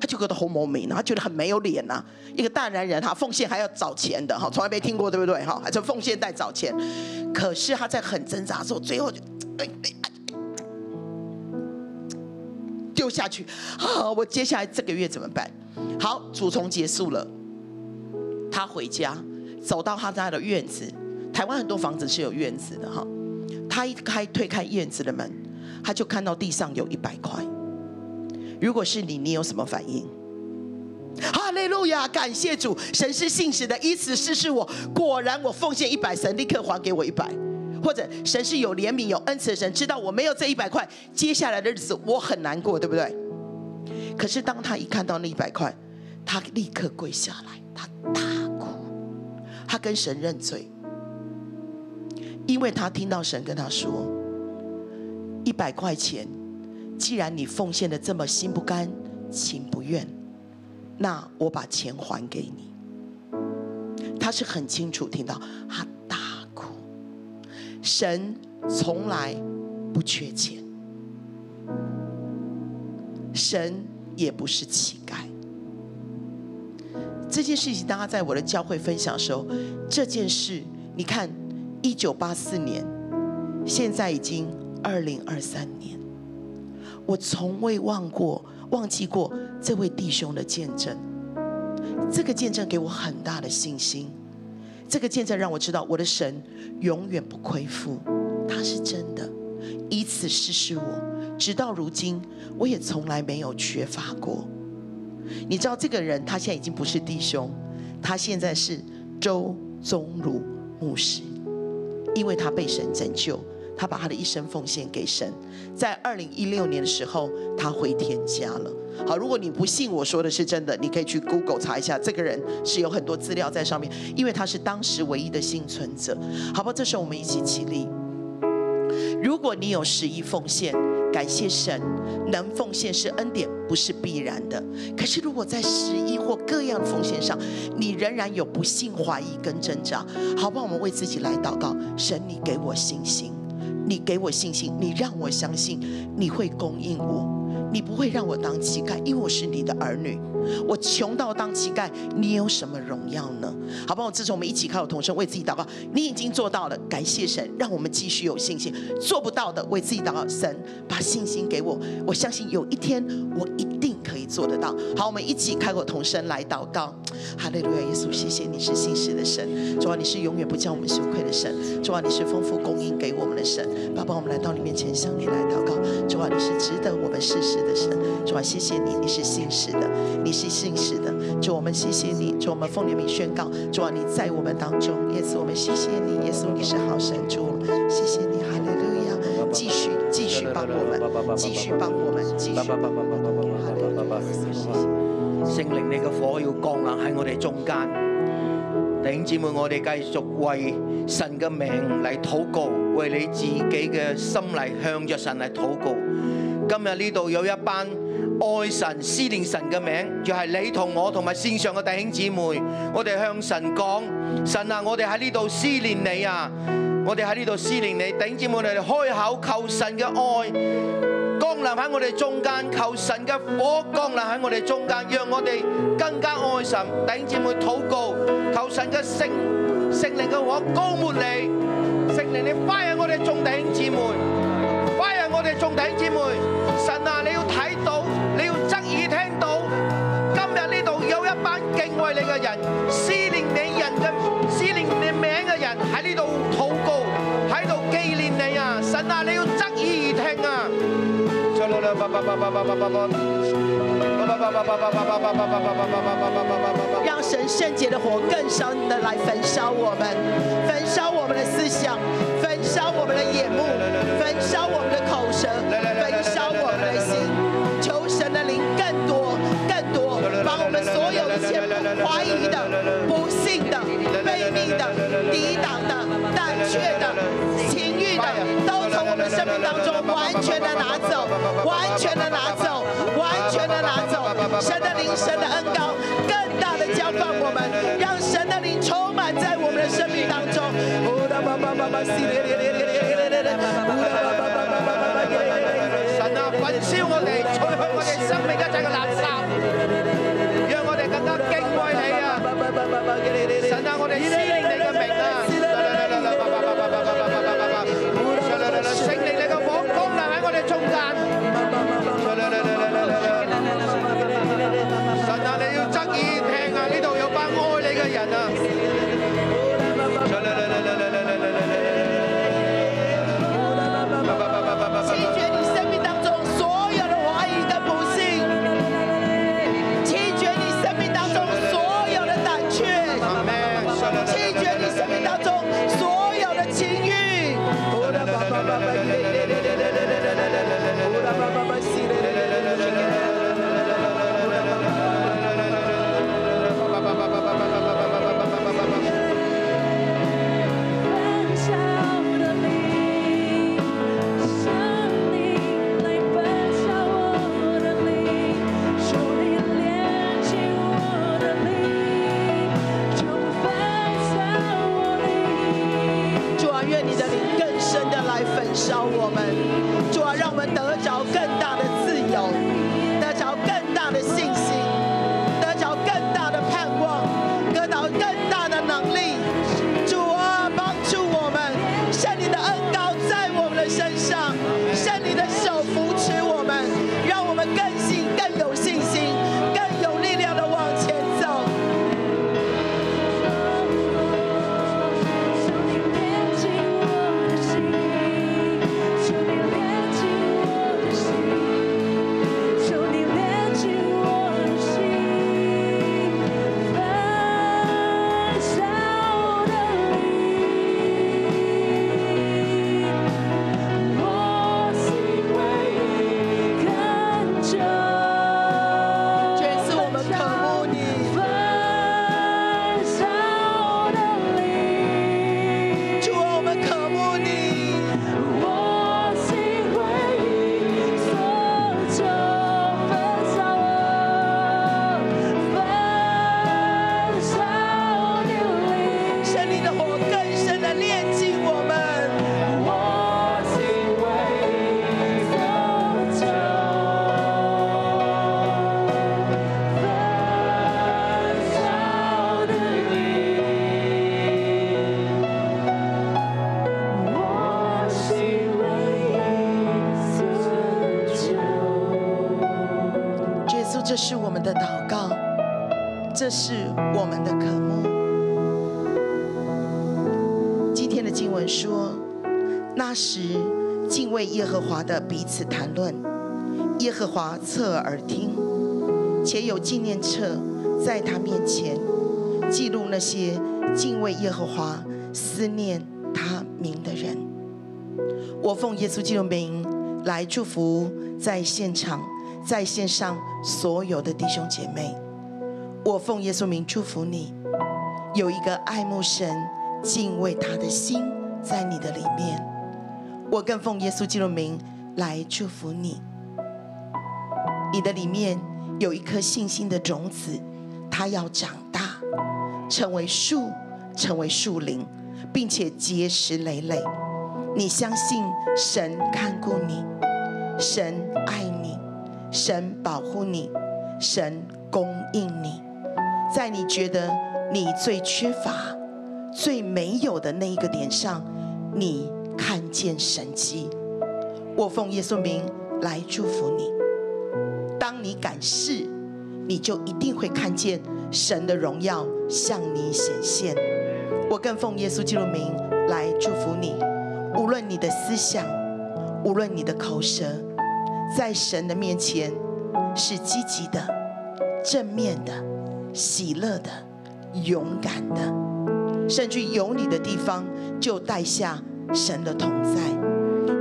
Speaker 7: 他就觉得好莫名，他觉得很没有脸呐、一个大男人哈，奉献还要找钱的哈，从来没听过对不对哈？还就奉献带找钱，可是他在很挣扎的时候，最后就，哎哎哎丢下去啊！我接下来这个月怎么办？好，主从结束了，他回家，走到他家的院子，台湾很多房子是有院子的哈。他一开推开院子的门，他就看到地上有一百块。如果是你，你有什么反应？哈利路亚！感谢主，神是信实的，以此试试我。果然，我奉献一百，神立刻还给我一百。或者，神是有怜悯、有恩慈的神，知道我没有这一百块，接下来的日子我很难过，对不对？可是，当他一看到那一百块，他立刻跪下来，他大哭，他跟神认罪，因为他听到神跟他说：“一百块钱，既然你奉献的这么心不甘情不愿，那我把钱还给你。”他是很清楚听到，他大哭。神从来不缺钱，神也不是乞丐。这件事情，大家在我的教会分享的时候，这件事，你看，一九八四年，现在已经二零二三年，我从未忘过、忘记过这位弟兄的见证。这个见证给我很大的信心，这个见证让我知道我的神永远不亏负，他是真的。以此试试我，直到如今，我也从来没有缺乏过。你知道这个人，他现在已经不是弟兄，他现在是周宗儒牧师，因为他被神拯救，他把他的一生奉献给神。在二零一六年的时候，他回天家了。好，如果你不信我说的是真的，你可以去 Google 查一下，这个人是有很多资料在上面，因为他是当时唯一的幸存者。好吧，这时候我们一起起立。如果你有十一奉献，感谢神，能奉献是恩典，不是必然的。可是如果在十一或各样奉献上，你仍然有不幸、怀疑跟挣扎，好不好？我们为自己来祷告，神，你给我信心，你给我信心，你让我相信你会供应我。你不会让我当乞丐，因为我是你的儿女。我穷到当乞丐，你有什么荣耀呢？好不好？这时候我们一起开口同声为自己祷告。你已经做到了，感谢神，让我们继续有信心。做不到的，为自己祷告。神把信心给我，我相信有一天我一定可以做得到。好，我们一起开口同声来祷告。哈利路亚，耶稣，谢谢你是信实的神，主啊，你是永远不叫我们羞愧的神，主啊，你是丰富供应给我们的神。爸爸，我们来到你面前向你来祷告，主啊，你是值得我们事实的神，主啊，谢谢你，你是信实的，你是信实的，主我们谢谢你，主我们奉你的名宣告，主啊，你在我们当中，耶稣，我们谢谢你，耶稣，你是好神，主，我们谢谢你，哈利路亚，继续继续帮我们，继续帮我们，继续帮我们，哈利路亚，谢谢你。
Speaker 8: 聖靈你嘅火要降臨喺我哋中間。弟兄姊妹，我哋繼續為神嘅名嚟禱告，為你自己嘅心嚟向着神嚟禱告。今日呢度有一班愛神、思念神嘅名，就係你同我同埋線上嘅弟兄姊妹，我哋向神講：神啊，我哋喺呢度思念你啊！我哋喺呢度思念你，弟兄姊妹，我哋開口求神嘅愛。降臨喺我哋中間，求神嘅火降臨喺我哋中間，讓我哋更加愛神。弟兄姊妹禱告，求神嘅聖聖靈嘅火高抹你，聖靈你快喺我哋眾弟兄姊妹，快喺我哋眾弟兄姊妹。神啊，你要睇到，你要側耳聽到。今日呢度有一班敬畏你嘅人，思念你人嘅思念你名嘅人喺呢度禱告，喺度紀念你啊！神啊，你要側耳而聽啊！
Speaker 7: 让神圣洁的火更深的来焚烧我们，焚烧我们的思想，焚烧我们的眼目，焚烧我们的口舌，焚烧我们的心。求神的灵更多、更多，把我们所有一切不怀疑的、不信的、悖逆的、抵挡的、胆怯的、情欲的，都从我们生命当中完全的拿走，完全的拿走，完全的拿走。神的灵、神的恩膏，更大的
Speaker 9: 让神的灵充满在我们的生命当中。哦啦巴巴巴巴西咧咧咧咧咧咧咧咧哦啦巴巴巴巴巴巴咧咧咧咧咧
Speaker 8: 神啊，焚燒我哋，除去我哋生命一切嘅垃圾，讓我哋更加敬畏你啊！神啊，我哋思念你嘅名啊！聖靈你嘅火光臨喺我哋中間。神啊，你要側耳聽啊！呢度有班愛你嘅人啊！
Speaker 9: 拒绝你生命当中所有的怀疑跟不幸，拒绝你生命当中所有的胆怯，拒绝你生命当中所有的情欲。
Speaker 10: 焚烧的灵，生命来焚烧我的灵，求你炼净我的灵，就不焚烧我灵。
Speaker 9: 主啊，愿你的灵更深的来焚烧我们。主啊，让我们得着更大的自由，得着更大的信心，得着更大的盼望，得着更大的能力。主啊，帮助我们，圣灵的恩膏在我们的身上，圣灵的手扶持我们，让我们更信、更有信心、更有力量的往前走。
Speaker 10: 求你炼净我的心，求你炼净我的心，求你炼净我的心，焚烧的灵，我心为你看着。
Speaker 9: 这次我们渴慕你。
Speaker 10: 焚烧的灵，
Speaker 9: 主啊，我们渴慕你，
Speaker 10: 我心为你所求，焚烧我，焚烧的灵，
Speaker 9: 圣灵的火更深的炼进我们，
Speaker 10: 我心为你所求，焚烧的灵。我是唯一所求。
Speaker 7: 主耶稣，这是我们的祷告，这是我们的渴慕。今天的经文说，那时敬畏耶和华的彼此谈论，耶和华侧耳听，且有纪念册在他面前，记录那些敬畏耶和华、思念他名的人。我奉耶稣基督的名来祝福在现场、在线上所有的弟兄姐妹。我奉耶稣名祝福你，有一个爱慕神、敬畏他的心在你的里面。我更奉耶稣基督的名来祝福你，你的里面有一颗信心的种子，它要长大，成为树，成为树林，并且结实累累。你相信神看顾你，神爱你，神保护你，神供应你，在你觉得你最缺乏、最没有的那一个点上，你看见神迹。我奉耶稣名来祝福你。当你敢试，你就一定会看见神的荣耀向你显现。我更奉耶稣基督名来祝福你，无论你的思想，无论你的口舌，在神的面前是积极的、正面的、喜乐的、勇敢的，甚至有你的地方就带下神的同在。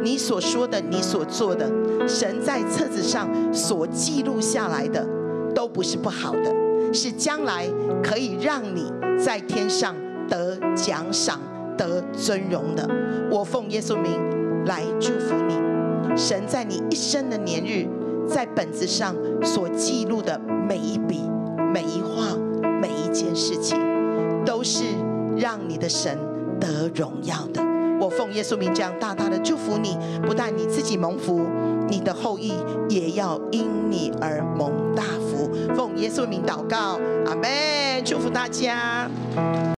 Speaker 7: 你所说的、你所做的，神在册子上所记录下来的，都不是不好的，是将来可以让你在天上得奖赏、得尊荣的。我奉耶稣名来祝福你，神在你一生的年日，在本子上所记录的每一笔、每一画、每一件事情。都是让你的神得荣耀的。我奉耶稣名这样大大的祝福你，不但你自己蒙福，你的后裔也要因你而蒙大福。奉耶稣名祷告，阿门！祝福大家。